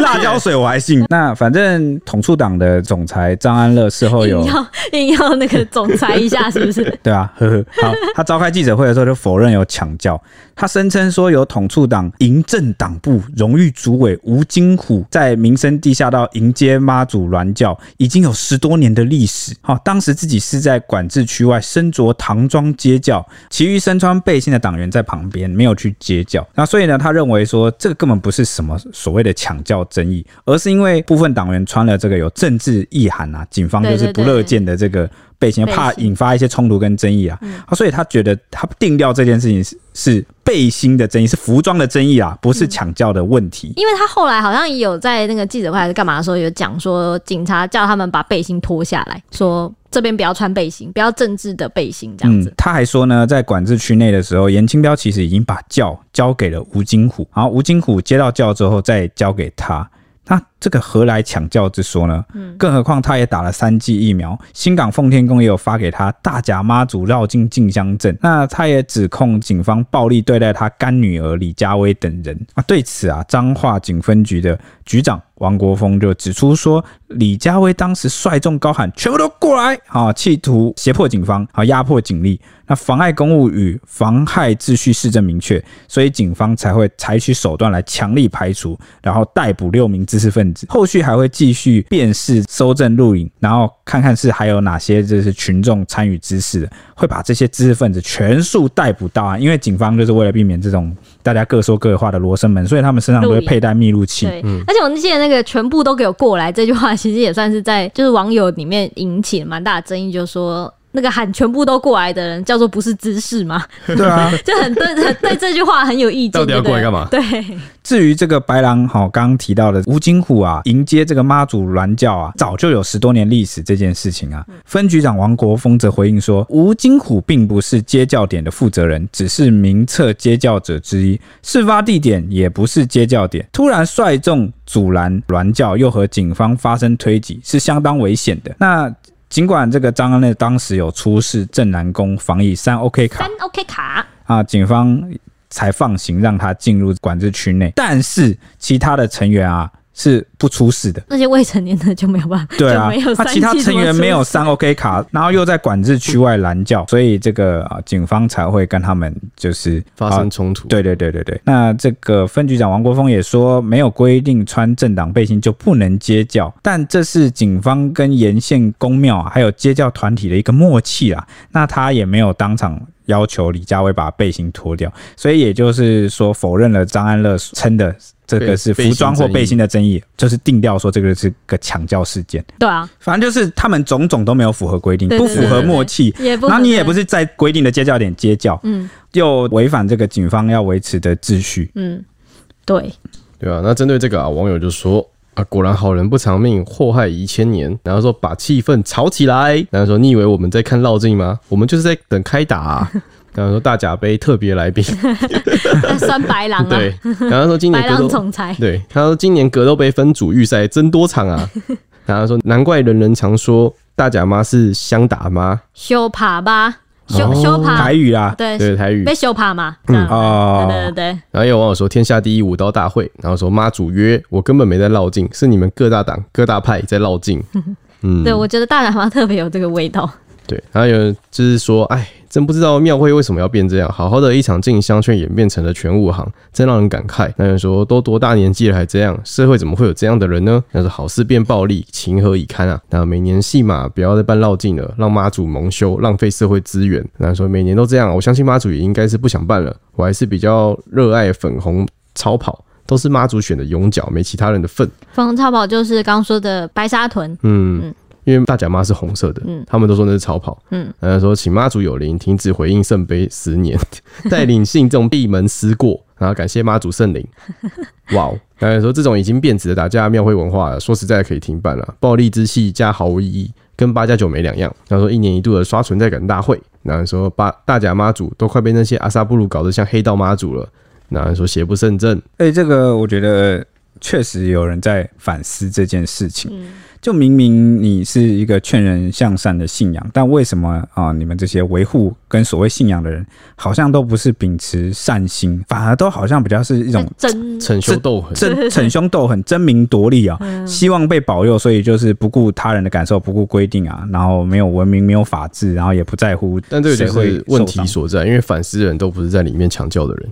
[SPEAKER 1] 辣椒水我还信。那反正统促党的总裁张安乐事后有
[SPEAKER 2] 硬要硬要那个总裁一下，是不是？
[SPEAKER 1] 对啊，呵呵。好，他召开记者会的时候就否认有抢教，他声称说有统促党营政党部荣誉主委吴金虎在民生地下道迎接妈祖銮教已经有十多年的历史。好、当时自己是在管制区外身着唐装接教，其余身穿背心的党员在旁边没有去接教。那所以呢，他认为说这个根本不是什么所谓的抢教争议，而是因为部分党员穿了这个有政治意涵啊，警方就是不乐见的这个背心，
[SPEAKER 2] 背
[SPEAKER 1] 怕
[SPEAKER 2] 心
[SPEAKER 1] 引发一些冲突跟争议啊。啊，所以他觉得他定掉这件事情是是背心的争议，是服装的争议啊，不是抢教的问题。
[SPEAKER 2] 因为他后来好像也有在那个记者会还是干嘛的时候有讲说，警察叫他们把背心脱下来，说这边不要穿背心，不要政治的背心这样子。
[SPEAKER 1] 嗯，他还说呢，在管制区内的时候，严清标其实已经把教交给了吴金虎，然后吴金虎接到教之后再交给他。那这个何来抢教之说呢？嗯，更何况他也打了三剂疫苗，新港奉天宫也有发给他大甲妈祖绕境进香证。那他也指控警方暴力对待他干女儿李佳薇等人啊。对此啊，彰化警分局的局长王国峰就指出说，李佳薇当时率众高喊“全部都过来”啊，企图胁迫警方啊，压迫警力，那妨碍公务与妨害秩序事证明确，所以警方才会采取手段来强力排除，然后逮捕六名知识分子。后续还会继续辨识、搜证、录影，然后看看是还有哪些就是群众参与滋事的，会把这些知识分子全数逮捕到案。啊因为警方就是为了避免这种大家各说各话的罗生门，所以他们身上都会佩戴密录器。
[SPEAKER 2] 对，而且我记得那个全部都给我过来这句话，其实也算是在就是网友里面引起了蛮大的争议，就说那个喊全部都过来的人叫做不是知识吗？
[SPEAKER 1] 对啊，
[SPEAKER 2] 就很对很对这句话很有意见。
[SPEAKER 3] 到底要
[SPEAKER 2] 对不对
[SPEAKER 3] 过来干嘛
[SPEAKER 2] 对，
[SPEAKER 1] 至于这个白狼，好、刚刚提到的吴金虎啊，迎接这个妈祖銮教啊，早就有十多年历史这件事情啊。分局长王国峰则回应说，吴金虎并不是接教点的负责人，只是名册接教者之一，事发地点也不是接教点，突然率众阻拦銮教，又和警方发生推挤，是相当危险的。那。尽管这个张安乐当时有出示正南宫防疫三 OK 卡
[SPEAKER 2] 三，OK 卡，
[SPEAKER 1] 啊，警方才放行让他进入管制区内。但是其他的成员啊是不出事的，
[SPEAKER 2] 那些未成年的就没有办法，
[SPEAKER 1] 对啊
[SPEAKER 2] 就没有，
[SPEAKER 1] 他
[SPEAKER 2] 三
[SPEAKER 1] 其他
[SPEAKER 2] 七什
[SPEAKER 1] 成
[SPEAKER 2] 么
[SPEAKER 1] 员
[SPEAKER 2] 出
[SPEAKER 1] 没有
[SPEAKER 2] 现
[SPEAKER 1] 三 OK 卡，然后又在管制区外拦轿，所以这个啊警方才会跟他们就是
[SPEAKER 3] 发
[SPEAKER 1] 啊
[SPEAKER 3] 生冲突，，
[SPEAKER 1] 对对对对对，那这个分局长王国峰也说，没有规定穿政党背心就不能接教，但这是警方跟沿线公庙、啊、还有接教团体的一个默契啦。那他也没有当场。要求李佳薇把背心脱掉，所以也就是说否认了张安乐称的这个
[SPEAKER 3] 对
[SPEAKER 1] 是
[SPEAKER 3] 背
[SPEAKER 1] 服
[SPEAKER 3] 心
[SPEAKER 1] 装或
[SPEAKER 3] 争议
[SPEAKER 1] 背心的争议，就是定调说这个是个抢教事件。
[SPEAKER 2] 对啊，
[SPEAKER 1] 反正就是他们种种都没有符合规定，
[SPEAKER 2] 对
[SPEAKER 1] 不
[SPEAKER 2] 对
[SPEAKER 1] 符
[SPEAKER 2] 对
[SPEAKER 1] 合
[SPEAKER 2] 对
[SPEAKER 1] 默契，
[SPEAKER 2] 也不
[SPEAKER 1] 然后你也不
[SPEAKER 2] 是
[SPEAKER 1] 是在规定的接教点接教，
[SPEAKER 2] 嗯
[SPEAKER 1] 又违反这个警方要维持的秩序。
[SPEAKER 2] 嗯对。
[SPEAKER 3] 对吧、那针对这个啊，网友就说。啊，果然好人不长命，祸害一千年。然后说把气氛炒起来，然后说你以为我们在看绕境吗？我们就是在等开打、 啊。然后说大甲杯特别来宾，
[SPEAKER 2] 在酸白狼啊，
[SPEAKER 3] 对。然后说今年
[SPEAKER 2] 白
[SPEAKER 3] 格
[SPEAKER 2] 狼
[SPEAKER 3] 斗
[SPEAKER 2] 总裁。
[SPEAKER 3] 对，他说今年格斗杯分组预赛真多场啊。然后他说难怪人人常说大甲妈是香打妈，
[SPEAKER 2] 修爬吧，修修爬
[SPEAKER 1] 台，语啊，
[SPEAKER 2] 对，
[SPEAKER 3] 对台语
[SPEAKER 2] 哎被。修爬嘛，这样
[SPEAKER 1] 哦
[SPEAKER 2] 对啊对对，
[SPEAKER 3] 然后也有网友说天下第一武道大会，然后说妈祖约我根本没在绕境，是你们各大党各大派在绕境。嗯，
[SPEAKER 2] 对我觉得大喇嘛特别有这个味道，
[SPEAKER 3] 对，然后有人就是说，哎，真不知道庙会为什么要变这样，好好的一场进香却演变成了全武行，真让人感慨。那有人说，都多大年纪了还这样，社会怎么会有这样的人呢？那是好事变暴力，情何以堪啊！那每年戏码不要再办绕境了，让妈祖蒙羞，浪费社会资源。那说每年都这样，我相信妈祖也应该是不想办了。我还是比较热爱粉红超跑。都是妈祖选的勇角，没其他人的份。
[SPEAKER 2] 粉红超跑就是刚说的白沙屯，
[SPEAKER 3] 嗯，因为大甲妈是红色的，他们都说那是超跑，嗯，然后说请妈祖有灵，停止回应圣杯十年，带领信众闭门思过，然后感谢妈祖圣灵。哇哦！当然说这种已经变质的打架庙会文化了，说实在可以停办了，暴力之气加毫无意义，跟八加九没两样。然后说一年一度的刷存在感大会，然后说八大甲妈祖都快被那些阿萨布鲁搞得像黑道妈祖了。然后说邪不胜正，
[SPEAKER 1] 哎、这个我觉得确实有人在反思这件事情。
[SPEAKER 2] 嗯
[SPEAKER 1] 就明明你是一个劝人向善的信仰，但为什么啊、你们这些维护跟所谓信仰的人，好像都不是秉持善心，反而都好像比较是一种
[SPEAKER 2] 真
[SPEAKER 3] 逞羞斗狠，
[SPEAKER 1] 争逞凶斗狠、争名夺利啊，希望被保佑，所以就是不顾他人的感受，不顾规定啊，然后没有文明，没有法治，然后也不在乎。
[SPEAKER 3] 但这个就
[SPEAKER 1] 谁会
[SPEAKER 3] 是问
[SPEAKER 1] 受
[SPEAKER 3] 题
[SPEAKER 1] 伤
[SPEAKER 3] 所在，因为反思的人都不是在里面强教的人。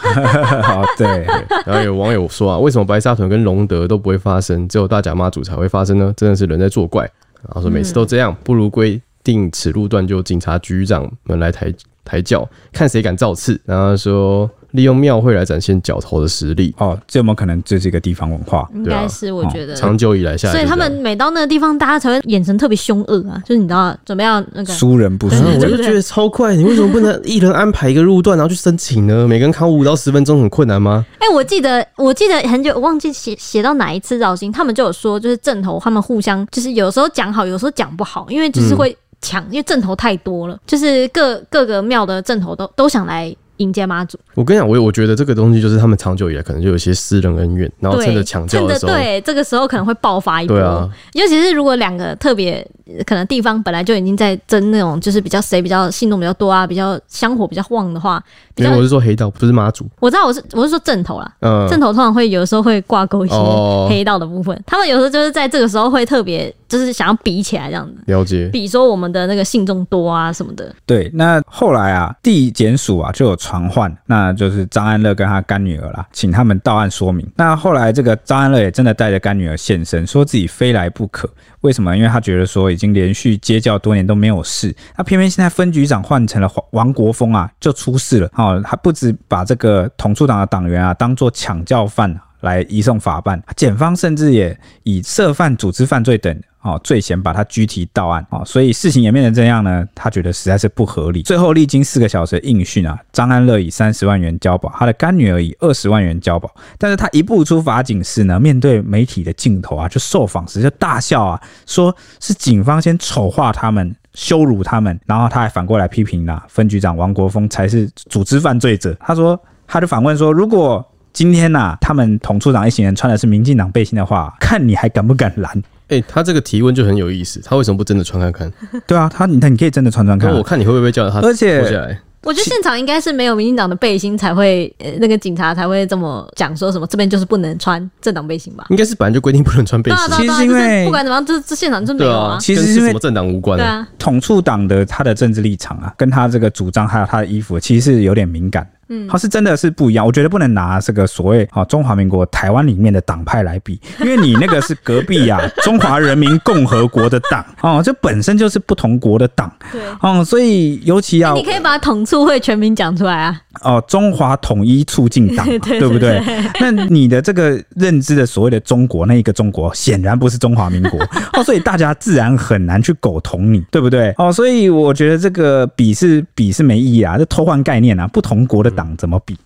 [SPEAKER 1] 好对，
[SPEAKER 3] 然后有网友说啊，为什么白沙屯跟隆德都不会发生，只有大甲妈祖才会发生呢？真的是人在作怪。然后说每次都这
[SPEAKER 2] 嗯
[SPEAKER 3] 样，不如规定此路段就警察局长们来抬抬轿，看谁敢造次。然后说利用庙会来展现角头的实力，
[SPEAKER 1] 哦，这有没有可能就是一个地方文化？
[SPEAKER 2] 应
[SPEAKER 3] 对啊
[SPEAKER 2] 该是我
[SPEAKER 1] 哦
[SPEAKER 2] 觉得。
[SPEAKER 3] 长久以来下来
[SPEAKER 2] 所
[SPEAKER 3] 就这
[SPEAKER 2] 以
[SPEAKER 3] 样，
[SPEAKER 2] 他 们每到那个地方，大家才会眼神特别凶恶啊，就是你知道准备要那个
[SPEAKER 1] 输人不输
[SPEAKER 3] 然后
[SPEAKER 1] 阵
[SPEAKER 3] 我。就觉得超怪，你为什么不能一人安排一个路段，然后去申请呢？每个人扛五到十分钟很困难吗？
[SPEAKER 2] 哎、我记得我记得很久，我忘记写写到哪一次绕心，他们就有说，就是正头他们互相就是有时候讲好，有时候讲不好，因为
[SPEAKER 3] 嗯
[SPEAKER 2] 就是会抢，因为正头太多了，就是各各个庙的正头都都想来迎接妈祖，
[SPEAKER 3] 我跟你讲，我我觉得这个东西就是他们长久以来可能就有一些私人恩怨，然后
[SPEAKER 2] 对，
[SPEAKER 3] 趁着抢
[SPEAKER 2] 趁
[SPEAKER 3] 教的
[SPEAKER 2] 着
[SPEAKER 3] 时候，
[SPEAKER 2] 对这个时候可能会爆发一波，
[SPEAKER 3] 对啊，
[SPEAKER 2] 尤其是如果两个特别可能地方本来就已经在争那种就是比较谁比较信众比较多啊，比较香火比较旺的话，比
[SPEAKER 3] 因
[SPEAKER 2] 较
[SPEAKER 3] 为我是说黑道，不是妈祖，
[SPEAKER 2] 我知道我是我是说正头啦，
[SPEAKER 3] 嗯，
[SPEAKER 2] 正头通常会有时候会挂钩一些
[SPEAKER 3] 哦
[SPEAKER 2] 黑道的部分，他们有时候就是在这个时候会特别就是想要比起来这样子，
[SPEAKER 3] 了解，
[SPEAKER 2] 比说我们的那个信众多啊什么的，
[SPEAKER 1] 对，那后来啊，地检署啊就有传唤，那就是张安乐跟他干女儿啦，请他们到案说明。那后来这个张安乐也真的带着干女儿现身，说自己非来不可。为什么？因为他觉得说已经连续接教多年都没有事，那偏偏现在分局长换成了黄王国峰啊，就出事了。哦，他不止把这个统促党的党员啊当做抢教犯啊来移送法办，检方甚至也以涉犯组织犯罪等哦罪嫌把他拘提到案哦，所以事情演变成这样呢，他觉得实在是不合理。最后历经四个小时的应讯啊，张安乐以三十万元交保，他的干女儿以二十万元交保，但是他一步出法警室呢，面对媒体的镜头啊，就受访时就大笑啊，说是警方先丑化他们。羞辱他们，然后他还反过来批评啦、分局长王国峰才是组织犯罪者。他说，他就反问说，如果今天呐、他们统处长一行人穿的是民进党背心的话，看你还敢不敢拦？
[SPEAKER 3] 哎、他这个提问就很有意思，他为什么不真的穿看看？
[SPEAKER 1] 对啊，他你那你可以真的穿穿看
[SPEAKER 3] 那
[SPEAKER 1] 啊、
[SPEAKER 3] 我看你会不会叫他
[SPEAKER 1] 而
[SPEAKER 3] 脱
[SPEAKER 1] 且
[SPEAKER 3] 下来？
[SPEAKER 2] 我觉得现场应该是没有民进党的背心才会，呃，那个警察才会这么讲说什么这边就是不能穿政党背心吧？
[SPEAKER 3] 应该是本来就规定不能穿背
[SPEAKER 2] 对啊，对啊，
[SPEAKER 3] 心，
[SPEAKER 2] 对啊
[SPEAKER 1] 其实因为
[SPEAKER 2] 就是不管怎么样，这这现场就没有啊，
[SPEAKER 1] 其实
[SPEAKER 3] 跟
[SPEAKER 1] 是
[SPEAKER 3] 是
[SPEAKER 1] 因为
[SPEAKER 3] 什么政党无关
[SPEAKER 2] 对
[SPEAKER 3] 啊。
[SPEAKER 2] 啊，
[SPEAKER 1] 统促党的他的政治立场啊，跟他这个主张还有他的衣服，其实是有点敏感。嗯，他是真的是不一样，我觉得不能拿这个所谓啊中华民国台湾里面的党派来比，因为你那个是隔壁啊中华人民共和国的党哦，这本身就是不同国的党
[SPEAKER 2] 对。
[SPEAKER 1] 哦，所以尤其啊
[SPEAKER 2] 你可以把统促会全名讲出来啊，
[SPEAKER 1] 哦中华统一促进党嘛，对不对？ 那你的这个认知的所谓的中国那一个中国，显然不是中华民国哦，所以大家自然很难去苟同你，对不对？哦，所以我觉得这个比是比是没意义啊，这偷换概念啊，不同国的
[SPEAKER 3] 嗯
[SPEAKER 1] 党怎么比？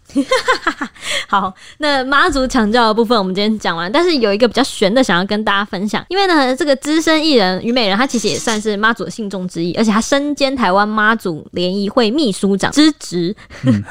[SPEAKER 2] 好，那妈祖抢教的部分我们今天讲完，但是有一个比较悬的，想要跟大家分享，因为呢，这个资深艺人虞美人，她其实也算是妈祖的信众之一，而且她身兼台湾妈祖联谊会秘书长之职。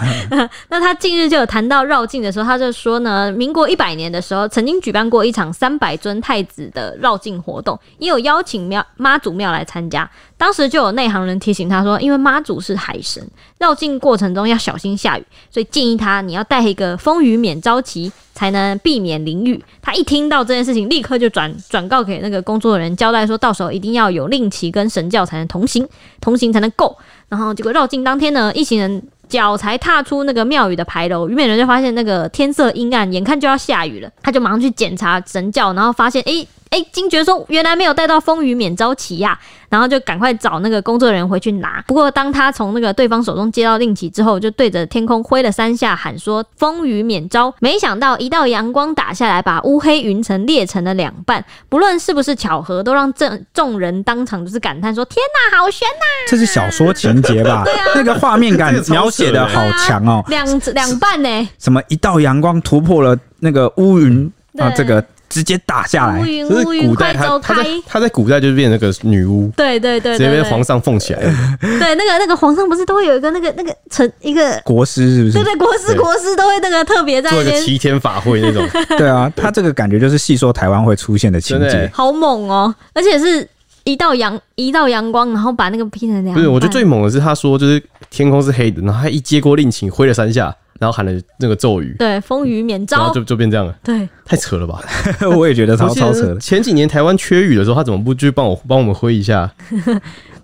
[SPEAKER 2] 那她近日就有谈到绕境的时候，她就说呢，民国一百年的时候，曾经举办过一场三百尊太子的绕境活动，也有邀请庙妈祖庙来参加。当时就有内行人提醒他说，因为妈祖是海神，绕境过程中要小心下雨，所以建议他你要带一个风雨免招旗，才能避免淋雨。他一听到这件事情，立刻就转转告给那个工作人员，交代说到时候一定要有令旗跟神教才能同行，同行才能够。然后结果绕境当天呢，一行人。脚才踏出那个庙宇的牌楼，虞美人就发现那个天色阴暗，眼看就要下雨了，他就马上去检查神教，然后发现诶诶，惊觉说原来没有带到风雨免招旗呀、然后就赶快找那个工作人员回去拿。不过当他从那个对方手中接到令旗之后，就对着天空挥了三下，喊说“风雨免招”。没想到一道阳光打下来，把乌黑云层裂成了两半。不论是不是巧合，都让众众人当场就是感叹说：“天哪，好啊悬呐、
[SPEAKER 1] 这是小说情节吧？那个画面感
[SPEAKER 3] 这个超
[SPEAKER 1] 描写的好强哦，
[SPEAKER 2] 两两半呢、
[SPEAKER 1] 什么一道阳光突破了那个乌云
[SPEAKER 3] 嗯
[SPEAKER 1] 啊，
[SPEAKER 2] 对
[SPEAKER 1] 这个直接打下来
[SPEAKER 2] 乌。云
[SPEAKER 3] 这
[SPEAKER 2] 乌
[SPEAKER 3] 是
[SPEAKER 2] 云
[SPEAKER 3] 古代
[SPEAKER 2] 快
[SPEAKER 3] 他
[SPEAKER 2] 走
[SPEAKER 3] 他
[SPEAKER 2] 开
[SPEAKER 3] 在！他在古代就是变成那个女巫，
[SPEAKER 2] 对对对
[SPEAKER 3] 直
[SPEAKER 2] 对
[SPEAKER 3] 接被
[SPEAKER 2] 对，
[SPEAKER 3] 皇上奉起来了。
[SPEAKER 2] 对那个那个皇上不是都会有一个那个那个成一个
[SPEAKER 1] 国师是不是？
[SPEAKER 2] 对对国师
[SPEAKER 3] 对
[SPEAKER 2] 国师都会那个特别在
[SPEAKER 3] 做
[SPEAKER 2] 那
[SPEAKER 3] 一个
[SPEAKER 2] 边
[SPEAKER 3] 齐天法会那种，
[SPEAKER 1] 对啊，他这个感觉就是戏说台湾会出现的情
[SPEAKER 3] 真的
[SPEAKER 1] 节
[SPEAKER 3] 欸。
[SPEAKER 2] 好猛哦、而且是一道阳一道阳光，然后把那个劈成两半。
[SPEAKER 3] 不是？我觉得最猛的是他说，就是天空是黑的，然后他一接过令旗，挥了三下，然后喊了那个咒语，
[SPEAKER 2] 对风雨免
[SPEAKER 3] 然
[SPEAKER 2] 招
[SPEAKER 3] 后，就就变这样了，
[SPEAKER 2] 对
[SPEAKER 3] 太扯了吧！
[SPEAKER 1] 我也觉得超超扯的。
[SPEAKER 3] 前几年台湾缺雨的时候，他怎么不去帮我帮我们挥一下？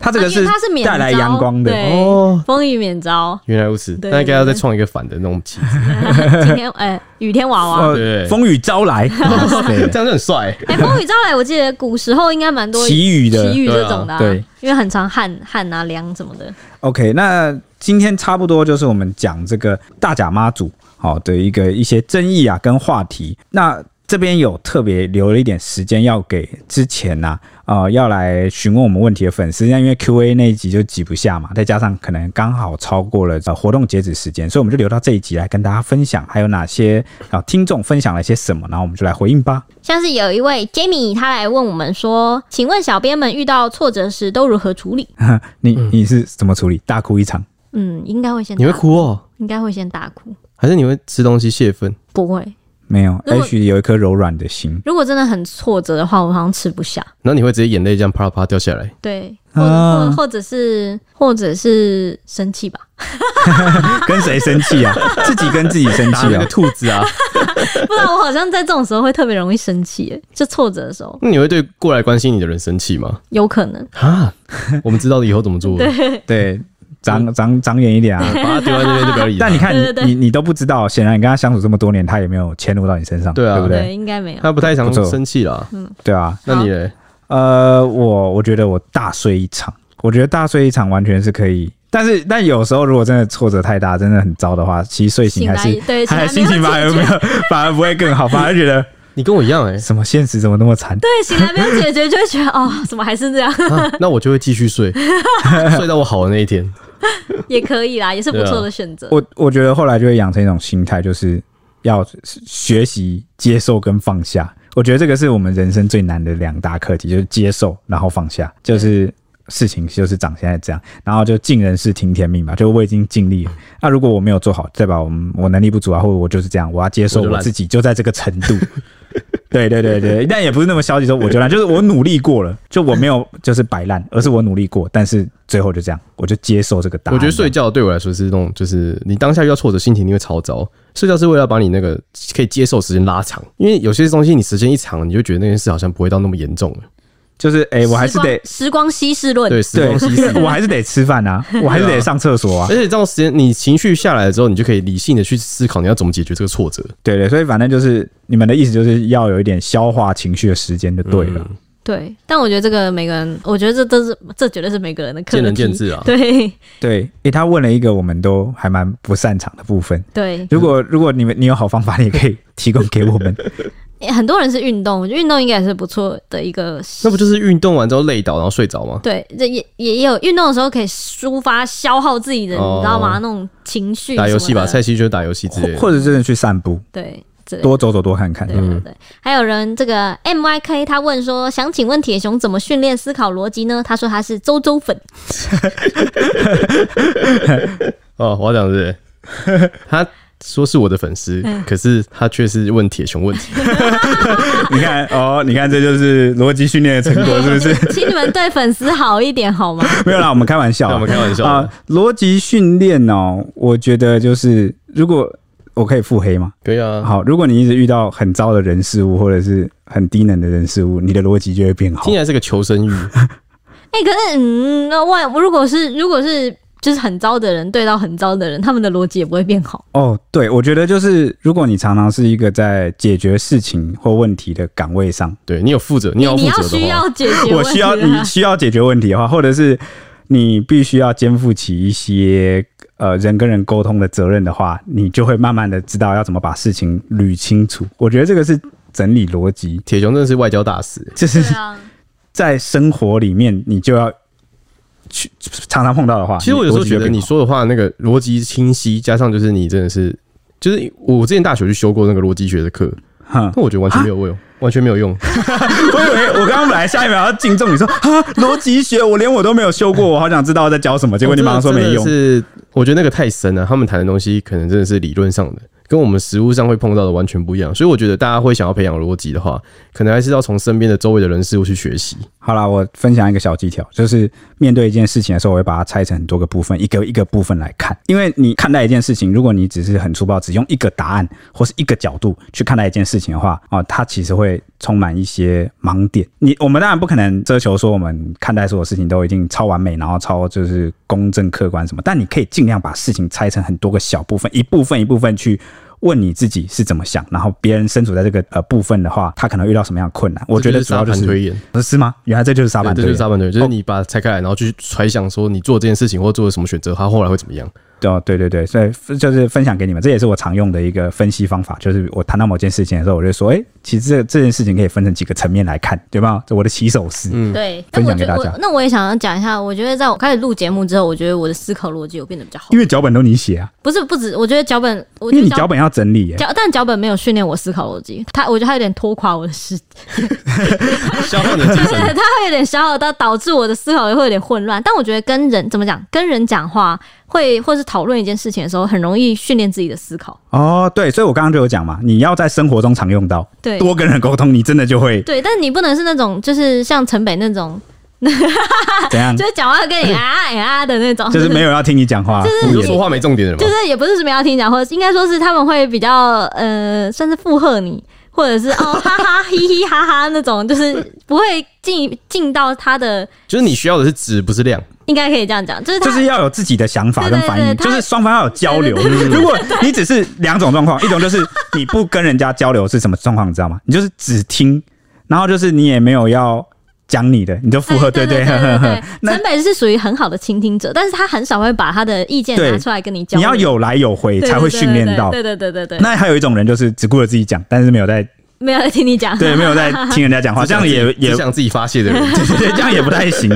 [SPEAKER 1] 他这个
[SPEAKER 2] 啊因
[SPEAKER 1] 是
[SPEAKER 2] 为它是免
[SPEAKER 1] 带来
[SPEAKER 2] 招
[SPEAKER 1] 阳光的
[SPEAKER 2] 对
[SPEAKER 3] 哦，。
[SPEAKER 2] 风雨免招
[SPEAKER 3] 原来如此，
[SPEAKER 2] 对
[SPEAKER 3] 那应该要再创一个反的那种旗，
[SPEAKER 2] 今天哎、雨天娃娃，
[SPEAKER 1] 呃
[SPEAKER 3] 对
[SPEAKER 1] 风雨招 来，哇 塞
[SPEAKER 3] 这样就很帅。
[SPEAKER 2] 哎、风雨招来，我记得古时候应该蛮多
[SPEAKER 1] 祈雨的
[SPEAKER 2] 祈雨这种
[SPEAKER 1] 对
[SPEAKER 2] 的、
[SPEAKER 1] 啊对，
[SPEAKER 2] 因为很常旱旱啊凉什么的。
[SPEAKER 1] OK，那今天差不多就是我们讲这个大甲妈祖好的一个一些争议啊跟话题。那这边有特别留了一点时间要给之前呐、啊，呃，要来询问我们问题的粉丝，因为 Q&A 那一集就挤不下嘛，再加上可能刚好超过了呃活动截止时间，所以我们就留到这一集来跟大家分享，还有哪些啊、听众分享了些什么，然后我们就来回应吧。
[SPEAKER 2] 像是有一位 Jamie，他来问我们说：“请问小编们遇到挫折时都如何处理
[SPEAKER 1] 你
[SPEAKER 3] 嗯
[SPEAKER 1] 你是怎么处理？大哭一场？？”
[SPEAKER 2] 嗯，应该会先
[SPEAKER 3] 你会
[SPEAKER 2] 大，
[SPEAKER 3] 哭哦，
[SPEAKER 2] 应该会先大哭，
[SPEAKER 3] 还是你会吃东西泄愤？
[SPEAKER 2] 不会。
[SPEAKER 1] 没有
[SPEAKER 2] 如果
[SPEAKER 1] ，H 有一颗柔软的 心
[SPEAKER 2] 如果真的很挫折的话，我好像吃不下。
[SPEAKER 3] 然后你会直接眼泪这样啪啦啪啦掉下来？
[SPEAKER 2] 对，或
[SPEAKER 1] 啊
[SPEAKER 2] 或或者是或者是生 气吧，
[SPEAKER 1] 跟谁生气 啊？自己跟自己生
[SPEAKER 3] 打
[SPEAKER 1] 气
[SPEAKER 3] 那
[SPEAKER 1] 啊
[SPEAKER 3] 个？兔子啊！
[SPEAKER 2] 不然我好像在这种时候会特别容易生气耶，就挫折的时候
[SPEAKER 3] 那你会对过来关心你的人生气吗？
[SPEAKER 2] 有可能。
[SPEAKER 3] 啊， 我们知道了以后怎么做，把
[SPEAKER 1] 对，长长长远一点啊。
[SPEAKER 3] 它丢在那边就不要 理它。
[SPEAKER 1] 但你看，
[SPEAKER 2] 对对对
[SPEAKER 1] 你你你都不知道，显然你跟他相处这么多年，他也没有迁怒到你身上，
[SPEAKER 3] 对啊
[SPEAKER 1] 对不对？
[SPEAKER 2] 对，应该没有。
[SPEAKER 3] 他不太常
[SPEAKER 1] 不错
[SPEAKER 3] 生气啦。
[SPEAKER 1] 对啊，
[SPEAKER 3] 那你嘞？
[SPEAKER 1] 呃，我我觉得我大睡一场，我觉得大睡一场完全是可以。但是，但有时候如果真的挫折太大，真的很糟的话，其实睡醒还
[SPEAKER 2] 醒
[SPEAKER 1] 是
[SPEAKER 2] 来对
[SPEAKER 1] 还
[SPEAKER 2] 醒
[SPEAKER 1] 心
[SPEAKER 2] 来没
[SPEAKER 1] 情反而
[SPEAKER 2] 有解
[SPEAKER 1] 没
[SPEAKER 2] 决
[SPEAKER 1] 有，反而不会更好，反而觉得
[SPEAKER 3] 你跟我一样 哎、
[SPEAKER 1] 什么现实怎么那么惨？
[SPEAKER 2] 对，醒来没有解决，就会觉得哦，怎么还是这样？
[SPEAKER 3] 啊，那我就会继续睡，睡到我好的那一天。
[SPEAKER 2] 也可以啦，也是不错
[SPEAKER 1] 啊
[SPEAKER 2] 的选择。
[SPEAKER 1] 我我觉得后来就会养成一种心态，就是要学习接受跟放下。我觉得这个是我们人生最难的两大课题，就是接受然后放下，就是事情就是长现在这样，然后就尽人事听天命吧，就我已经尽力了。
[SPEAKER 3] 嗯
[SPEAKER 1] 那、如果我没有做好，代表我们我能力不足啊，或者我就是这样，我要接受
[SPEAKER 3] 我就
[SPEAKER 1] 我
[SPEAKER 3] 懒
[SPEAKER 1] 自己就在这个程 度。对对对对，但也不是那么消极说我就烂，就是我努力过了，就我没有就是摆烂，而是我努力过，但是最后就这样，我就接受这个答案。
[SPEAKER 3] 我觉得睡觉对我来说是那种，就是你当下遇到挫折，心情一定会超糟。睡觉是为了把你那个可以接受时间拉长，因为有些东西你时间一长，你就觉得那件事好像不会到那么严重了。
[SPEAKER 1] 就是哎、我还是得
[SPEAKER 2] 时光时光稀释论，
[SPEAKER 3] 对，时
[SPEAKER 1] 对
[SPEAKER 3] 光 稀，释。
[SPEAKER 1] 我还是得吃饭啊，我还是得上厕所啊
[SPEAKER 3] 而。且这种时间，你情绪下来了之后，你就可以理性的去思考你要怎么解决这个 挫折。
[SPEAKER 1] 对对，所以反正就是你们的意思就是要有一点消化情绪的时间就对了。
[SPEAKER 3] 啊
[SPEAKER 2] 对，但我觉得这个每个人，我觉得这这是这绝对是每个人的课题，
[SPEAKER 3] 见仁见智啊
[SPEAKER 2] 对
[SPEAKER 1] 对，诶、他问了一个我们都还蛮不擅长的部分。
[SPEAKER 2] 对，
[SPEAKER 1] 如果如果你们你有好方法，你也可以提供给我们。
[SPEAKER 2] 诶很多人是运动，我觉得运动应该也是不错的一个。
[SPEAKER 3] 那不就是运动完之后累倒然后睡着吗？
[SPEAKER 2] 对，这也也有运动的时候可以抒发、消耗自己的，
[SPEAKER 3] 哦
[SPEAKER 2] 你知道吗？那种情绪什么
[SPEAKER 3] 打
[SPEAKER 2] 的。
[SPEAKER 3] 游戏吧，蔡西就是打游戏之类 的。
[SPEAKER 1] 或者真的去散步，
[SPEAKER 2] 对，之类的
[SPEAKER 1] 多走走，多看看
[SPEAKER 2] 对。对
[SPEAKER 3] 嗯
[SPEAKER 2] 对，还有人这个 M Y K 他问说，想请问铁熊怎么训练思考逻辑呢？他说他是周周 粉，
[SPEAKER 3] 哦，我要讲的是，他 说是我的粉丝，
[SPEAKER 2] 嗯
[SPEAKER 3] 可是他却是问铁熊问题。
[SPEAKER 1] 你看哦，你看这就是逻辑训练的成果，是 不是？
[SPEAKER 2] 请你们对粉丝好一点好吗？
[SPEAKER 1] 没有啦，我们开玩笑啊，
[SPEAKER 3] 对我们开玩笑的
[SPEAKER 1] 啊。逻辑训练哦，我觉得就是如果我可以腹黑吗？
[SPEAKER 3] 可以
[SPEAKER 2] 嗯
[SPEAKER 3] 啊，
[SPEAKER 1] 好，如果你一直遇到很糟的人事物，或者是很低能的人事物，你的逻辑就会变好
[SPEAKER 3] 听起。来是个求生欲，
[SPEAKER 2] 哎、可是嗯，那万如果是如果是就是很糟的人对到很糟的人，他们的逻辑也不会变好。
[SPEAKER 1] 哦，对，我觉得就是如果你常常是一个在解决事情或问题的岗位上，
[SPEAKER 3] 对你有负责，你要
[SPEAKER 2] 你
[SPEAKER 3] 负
[SPEAKER 2] 要
[SPEAKER 3] 责
[SPEAKER 2] 需
[SPEAKER 3] 的话，
[SPEAKER 2] 要解决
[SPEAKER 1] 我
[SPEAKER 2] 问题啊
[SPEAKER 1] 需要
[SPEAKER 2] 的
[SPEAKER 1] 你需要解决问题的话，或者是你必须要肩负起一些呃人跟人沟通的责任的话，你就会慢慢的知道要怎么把事情捋清楚。我觉得这个是整理逻辑，
[SPEAKER 3] 铁熊真的是外交大使，
[SPEAKER 1] 就是
[SPEAKER 2] 对啊，
[SPEAKER 1] 在生活里面你就要去常常碰到的话。
[SPEAKER 3] 其实我有时候觉得
[SPEAKER 1] 逻辑
[SPEAKER 3] 你
[SPEAKER 1] 就变好
[SPEAKER 3] 说的话那个逻辑清晰，加上就是你真的是，就是我之前大学去修过那个逻辑学的课，
[SPEAKER 1] 哼，
[SPEAKER 3] 但我觉得完全没有用，
[SPEAKER 1] 啊
[SPEAKER 3] 完全没有用。
[SPEAKER 1] 我以为我刚刚本来下一秒要敬重你说啊逻辑学我连我都没有修过，我好想知道在教什 么，结果你马上说没
[SPEAKER 3] 真的
[SPEAKER 1] 用。
[SPEAKER 3] 是我觉得那个太深了，他们谈的东西可能真的是理论上的，跟我们实物上会碰到的完全不一样。所以我觉得大家会想要培养逻辑的话，可能还是要从身边的周围的人事物去学习。
[SPEAKER 1] 好啦，我分享一个小技巧，就是面对一件事情的时候，我会把它拆成很多个部分，一个一个部分来看。因为你看待一件事情，如果你只是很粗暴，只用一个答案或是一个角度去看待一件事情的话，哦，它其实会充满一些盲点。你我们当然不可能奢求说我们看待所有事情都一定超完美，然后超就是公正客观什么，但你可以尽量把事情拆成很多个小部分，一部分一部分去。问你自己是怎么想，然后别人身处在这个呃部分的话，他可能遇到什么样的困难？我觉得
[SPEAKER 3] 这
[SPEAKER 1] 主
[SPEAKER 3] 沙
[SPEAKER 1] 要就
[SPEAKER 3] 盘
[SPEAKER 1] 是
[SPEAKER 3] 推演，
[SPEAKER 1] 不是吗？原来这就是沙
[SPEAKER 3] 对
[SPEAKER 1] 盘
[SPEAKER 3] 这
[SPEAKER 1] 推演。
[SPEAKER 3] 就是
[SPEAKER 1] 哦
[SPEAKER 3] 沙盘推演，就是你把它拆开来，然后去揣想说你做这件事情或做了什么选择，它后来会怎么样。
[SPEAKER 1] 哦，对对对，所以就是分享给你们，这也是我常用的一个分析方法。就是我谈到某件事情的时候，我就说，哎，其实这这件事情可以分成几个层面来看，对吧？这我的起手式。
[SPEAKER 3] 嗯，
[SPEAKER 2] 对。那
[SPEAKER 1] 分
[SPEAKER 2] 我
[SPEAKER 1] 享
[SPEAKER 2] 觉
[SPEAKER 1] 给大
[SPEAKER 2] 得我
[SPEAKER 1] 家
[SPEAKER 2] 那我也想要讲一下，我觉得在我开始录节目之后，我觉得我的思考逻辑有变得比较好
[SPEAKER 1] 因。为脚本都你写啊，
[SPEAKER 2] 不是不止，我觉得脚本，我
[SPEAKER 1] 因
[SPEAKER 2] 觉
[SPEAKER 1] 为
[SPEAKER 2] 得
[SPEAKER 1] 你脚本要整理耶、
[SPEAKER 2] 脚，但脚本没有训练我思考逻辑，他我觉得他有点拖垮我的思
[SPEAKER 3] 消耗你的精
[SPEAKER 2] 对，
[SPEAKER 1] 啊
[SPEAKER 3] 神。
[SPEAKER 2] 它会有点小小的导致我的思考也会有点混乱。但我觉得跟人怎么讲，跟人讲话会或是讨论一件事情的时候，很容易训练自己的思考。
[SPEAKER 1] 哦，对，所以我刚刚就有讲嘛，你要在生活中常用到，
[SPEAKER 2] 对
[SPEAKER 1] 多跟人沟通，你真的就会
[SPEAKER 2] 对，但你不能是那种就是像城北那种，
[SPEAKER 1] 怎样
[SPEAKER 2] 就，是讲话跟你啊啊啊的那种，
[SPEAKER 1] 嗯就是没有要听你讲话，
[SPEAKER 3] 你
[SPEAKER 1] 敷
[SPEAKER 3] 就
[SPEAKER 1] 衍
[SPEAKER 3] 说话没重点的嘛
[SPEAKER 2] 嗯就，是也不是什么要听讲，或者应该说是他们会比较呃，算是附和你，或者 是哦哈哈嘻嘻哈哈那种，就是不会进进到他的，
[SPEAKER 3] 就是你需要的是质，不是量。
[SPEAKER 2] 应该可以这样讲，就是他
[SPEAKER 1] 就是要有自己的想法跟反应，
[SPEAKER 2] 对对对
[SPEAKER 1] 就是双方要有交流。如果你只是两种状况，一 种就是你不跟人家交流是什么状况，你知道吗？你就是只听，然后就是你也没有要讲你的，你就附和，
[SPEAKER 2] 哎对
[SPEAKER 1] 对，
[SPEAKER 2] 对
[SPEAKER 1] 呵呵呵
[SPEAKER 2] 对。
[SPEAKER 1] 那
[SPEAKER 2] 陈北是属于很好的倾听者，但是他很少会把他的意见
[SPEAKER 1] 对
[SPEAKER 2] 拿出来跟你交
[SPEAKER 1] 你
[SPEAKER 2] 流。
[SPEAKER 1] 要有来有回
[SPEAKER 2] 对对
[SPEAKER 1] 才会训练到。
[SPEAKER 2] 对对对对对，对
[SPEAKER 1] 那还有一种人就是只顾着自己讲，但是没有在
[SPEAKER 2] 没有在听你讲。
[SPEAKER 1] 对没有在听人家 讲话，这样也也
[SPEAKER 3] 只想自己发泄的
[SPEAKER 2] 哦
[SPEAKER 3] 人，
[SPEAKER 1] 对 对，这样也不太行。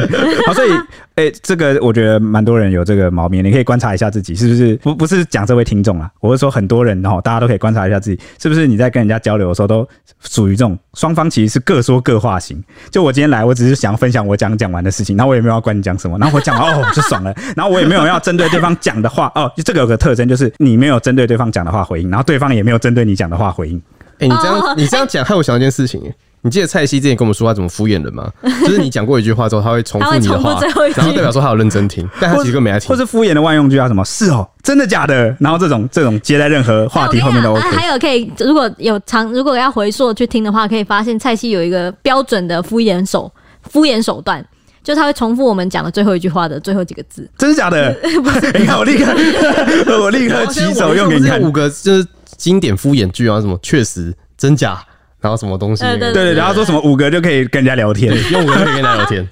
[SPEAKER 1] 好，所以，哎、这个我觉得蛮多人有这个毛病，你可以观察一下自己是不是不不是讲这位听众啦，啊我是说很多人哦，大家都可以观察一下自己是不是你在跟人家交流的时候都属于这种双方其实是各说各话型。就我今天来，我只是想分享我讲讲完的事情，然后我也没有要管你讲什么，然后我讲完哦就爽了，然后我也没有要针对对方讲的话哦，这个有个特征就是你没有针对对方讲的话回应，然后对方也没有针对你讲的话回应。
[SPEAKER 3] 哎、你这样
[SPEAKER 2] 哦
[SPEAKER 3] 你这样讲，害我想到一件事情耶。你记得蔡西之前跟我们说他怎么敷衍人吗？ 就是你讲过一句话之后，他会重复你的
[SPEAKER 2] 他会重
[SPEAKER 3] 话
[SPEAKER 2] 复最后一，句哦
[SPEAKER 3] 然后代表说他有认真听，但他其实根本没在听
[SPEAKER 1] 或。是敷衍的万用句啊，什么是哦，真的假的？然后这种这种接在任何话题后面都
[SPEAKER 2] 我跟
[SPEAKER 1] OK
[SPEAKER 2] 你。讲啊还有可以，如果有长，如果要回溯去听的话，可以发现蔡西有一个标准的敷衍手敷衍手段，就他会重复我们讲的最后一句话的最后几个 字。
[SPEAKER 1] 真的假的？你看我立 刻，我立刻起手用给你看。
[SPEAKER 3] 五个就是经典敷衍句啊，什么确实、真假，然后什么东西、那
[SPEAKER 2] 呃
[SPEAKER 1] 对
[SPEAKER 3] 个
[SPEAKER 1] 对，然后说什么五个就可以跟人家聊 天
[SPEAKER 3] 对，用五个可以跟他聊天。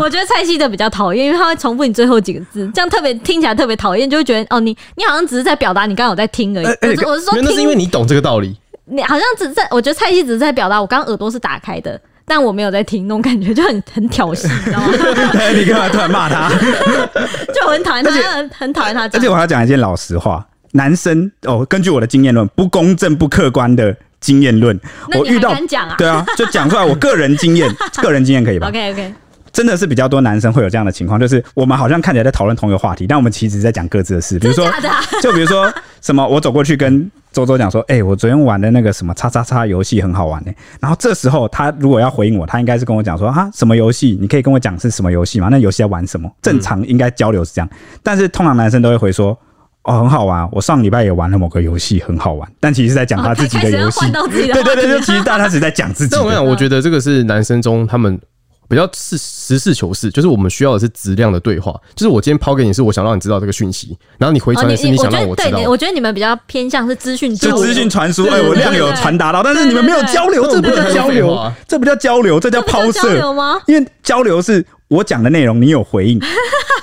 [SPEAKER 2] 我觉得蔡西的比较讨厌，因为他会重复你最后几个字，这样特别听起来特别讨厌，就会觉得哦，你你好像只是在表达你刚刚有在听而已。
[SPEAKER 1] 呃而且
[SPEAKER 2] 我是我是说
[SPEAKER 3] 因为那是因
[SPEAKER 2] 听
[SPEAKER 3] 为你懂这个道理，
[SPEAKER 2] 你好像只是在，我觉得蔡西只是在表达我刚刚耳朵是打开的，但我没有在听，那种感觉就很很挑衅，你知 道吗？
[SPEAKER 1] 你干嘛突然骂他？
[SPEAKER 2] 就我很讨厌他，很很讨厌他这
[SPEAKER 1] 而且我
[SPEAKER 2] 样。
[SPEAKER 1] 还要讲一件老实话，男生哦，根据我的经验论，不公正、不客观的经验论，
[SPEAKER 2] 那
[SPEAKER 1] 我
[SPEAKER 2] 你还
[SPEAKER 1] 遇到
[SPEAKER 2] 敢讲啊
[SPEAKER 1] 对啊，就讲出来我个人经验，个人经验可以吧？
[SPEAKER 2] OK OK，
[SPEAKER 1] 真的是比较多男生会有这样的情况，就是我们好像看起来在讨论同一个话题，但我们其实在讲各自的事。比如
[SPEAKER 2] 真
[SPEAKER 1] 说
[SPEAKER 2] 的，假的啊？
[SPEAKER 1] 就比如说什么，我走过去跟周周讲说，哎、我昨天玩的那个什么叉叉叉游戏很好玩呢、欸然后这时候他如果要回应我，他应该是跟我讲说啊，什么游戏？你可以跟我讲是什么游戏吗？那游戏在玩什
[SPEAKER 2] 嗯
[SPEAKER 1] 么？正常应该交流是这样，但是通常男生都会回说。哦，很好玩啊！我上礼拜也玩了某个游戏，很好玩。但其实是在讲他 自己的
[SPEAKER 2] 哦开始要
[SPEAKER 1] 游戏
[SPEAKER 2] 换，到自己的
[SPEAKER 1] 对对对，
[SPEAKER 2] 话
[SPEAKER 1] 就
[SPEAKER 2] 题
[SPEAKER 1] 其实大家只是在讲自己
[SPEAKER 3] 但我跟你
[SPEAKER 1] 的。
[SPEAKER 3] 讲，我觉得这个是男生中他们比较是实事求是，就是我们需要的是质量的对话。就是我今天抛给你是我想让你知道这个讯息，然后你回
[SPEAKER 2] 哦，
[SPEAKER 3] 传的是
[SPEAKER 2] 你
[SPEAKER 3] 你
[SPEAKER 2] 我
[SPEAKER 3] 想
[SPEAKER 2] 觉
[SPEAKER 3] 让
[SPEAKER 2] 得
[SPEAKER 3] 我
[SPEAKER 2] 对
[SPEAKER 3] 知道
[SPEAKER 2] 你，。我觉得你们比较偏向是资讯
[SPEAKER 1] 就
[SPEAKER 2] 交流
[SPEAKER 1] 资讯传输，
[SPEAKER 2] 对
[SPEAKER 1] 哎，
[SPEAKER 2] 对
[SPEAKER 1] 我
[SPEAKER 2] 对
[SPEAKER 1] 量有
[SPEAKER 2] 对
[SPEAKER 1] 传达到，但是
[SPEAKER 2] 对
[SPEAKER 1] 你们没有
[SPEAKER 2] 对对
[SPEAKER 1] 交流，这不
[SPEAKER 3] 这不
[SPEAKER 1] 叫
[SPEAKER 3] 能
[SPEAKER 1] 交
[SPEAKER 3] 废
[SPEAKER 1] 流
[SPEAKER 3] 话，
[SPEAKER 1] 这不叫交流，这叫
[SPEAKER 2] 这不叫
[SPEAKER 1] 抛
[SPEAKER 2] 交
[SPEAKER 1] 射
[SPEAKER 2] 流吗
[SPEAKER 1] 因为交流是我讲的内容，你有回 应，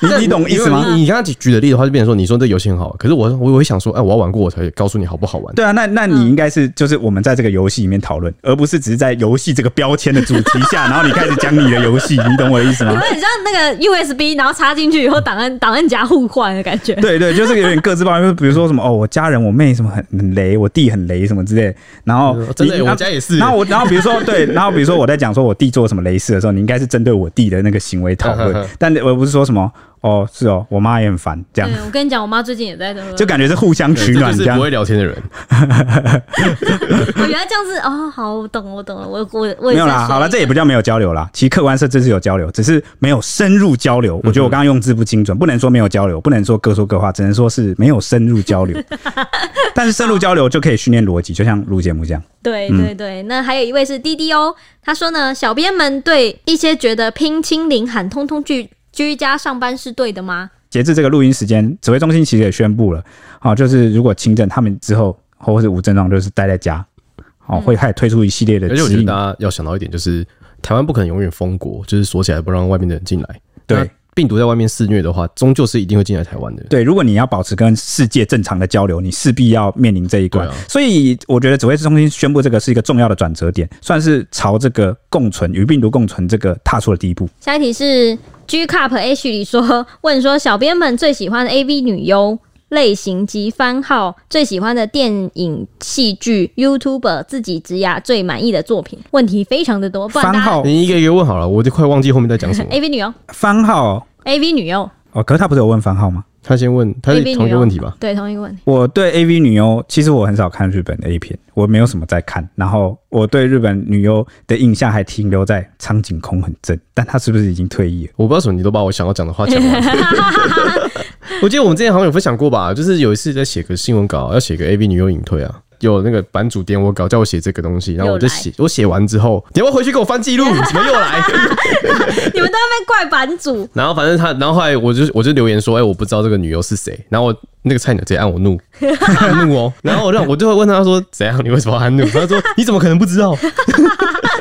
[SPEAKER 1] 你你懂意思
[SPEAKER 3] 因为
[SPEAKER 1] 吗？
[SPEAKER 3] 你你刚刚举举的例子的话，就变成说你说这游戏很好玩，可是我我会想说，哎，我要玩过我才告诉你好不好玩。
[SPEAKER 1] 对啊，那那你应该是就是我们在这个游戏里面讨论，而不是只是在游戏这个标签的主题下，然后你开始讲你的游戏，你懂我的意思
[SPEAKER 2] 你
[SPEAKER 1] 吗
[SPEAKER 2] 们？很像那个 USB，然后插进去以后档案档案夹互换的感觉。
[SPEAKER 1] 对对，就是有点各自抱怨，就是比如说什么哦，我家人我妹什么很很雷，我弟很雷什么之类的，然后
[SPEAKER 3] 嗯真的
[SPEAKER 1] 你
[SPEAKER 3] 我家也是
[SPEAKER 1] 然后我然后比如说对，然后比如说我在讲说我弟做什么雷事的时候，你应该是针对我弟的那个行为讨
[SPEAKER 3] 嗯嗯
[SPEAKER 1] 论
[SPEAKER 3] 嗯，
[SPEAKER 1] 但我不是说什么哦是哦，我妈也很烦这样
[SPEAKER 2] 对，，我跟你讲，我妈最近也在这个
[SPEAKER 1] 就感觉是互相取
[SPEAKER 3] 这
[SPEAKER 1] 暖
[SPEAKER 3] 就
[SPEAKER 1] 这
[SPEAKER 3] 是
[SPEAKER 1] 样
[SPEAKER 3] 不。会聊天的人，
[SPEAKER 2] 我原来这样子哦，好，我懂了，我懂了，我我我也
[SPEAKER 1] 没有
[SPEAKER 2] 是
[SPEAKER 1] 啦，
[SPEAKER 2] 学
[SPEAKER 1] 好了，这也不叫没有交流啦。其实客观上这是有交流，只是没有深入交流。我觉
[SPEAKER 2] 嗯
[SPEAKER 1] 得我刚刚用字不精准，不能说没有交流，不能说各说各话，只能说是没有深入交 流。但是深入交流就可以训练逻辑，就像录节目这样。
[SPEAKER 2] 对对对，那还有一位是滴滴哦，他说呢，小编们对一些觉得拼清零喊通通居居家上班是对的吗？
[SPEAKER 1] 截至这个录音时间，指挥中心其实也宣布了，好、就是如果轻症，他们之后或者是无症状，就是待在家，好、
[SPEAKER 2] 嗯
[SPEAKER 1] 会开始推出一系列的
[SPEAKER 3] 而且我
[SPEAKER 1] 指
[SPEAKER 3] 觉得
[SPEAKER 1] 引
[SPEAKER 3] 大。家要想到一点，就是台湾不可能永远封国，就是锁起来不让外面的人进来。
[SPEAKER 1] 对
[SPEAKER 3] 那病毒在外面肆虐的话，终究是一定会进来台湾的。
[SPEAKER 1] 对，如果你要保持跟世界正常的交流，你势必要面临这一关。
[SPEAKER 3] 对啊
[SPEAKER 1] 所以我觉得指挥中心宣布这个是一个重要的转折点，算是朝这个共存与病毒共存这个踏出了第一步。
[SPEAKER 2] 下一题是 G Cup H 里说问说，小编们最喜欢的 AV 女优类型及番号，最喜欢的电影、戏剧、YouTuber 自己职涯最满意的作品，问题非常的多，不然
[SPEAKER 1] 番
[SPEAKER 2] 大家
[SPEAKER 1] 号
[SPEAKER 3] 你一个一个问好了，我就快忘记后面在讲什么。
[SPEAKER 2] AV 女优
[SPEAKER 1] 番号
[SPEAKER 2] AV 女优
[SPEAKER 1] 哦，可是他不是有问番号吗？
[SPEAKER 3] 他先问，他是
[SPEAKER 2] AV
[SPEAKER 3] 同一
[SPEAKER 2] 女
[SPEAKER 3] 个
[SPEAKER 2] 优
[SPEAKER 3] 问题吧？
[SPEAKER 2] 对，同一个问 题。
[SPEAKER 1] 我对 A V 女优，其实我很少看日本的 A 片，我没有什么在看。然后我对日本女优的印象还停留在苍井空很正，但她是不是已经退役 了？
[SPEAKER 3] 我不知道为什么你都把我想要讲的话 讲完。我记得我们之前好像有分享过吧，就是有一次在写个新闻稿，要写个 AV 女优隐退啊，有那个版主点我稿，叫我写这个东西，然后我就写，我写完之后，你要不要回去给我翻记录？怎么又来？
[SPEAKER 2] 你们都在被怪版主，
[SPEAKER 3] 然后反正他，然后后来我就我就留言说，哎、我不知道这个女优是谁。然后我那个菜鸟直接按我怒，按怒哦。然后我让我就会问他说，怎样？你为什么要按怒？他说，你怎么可能不知道？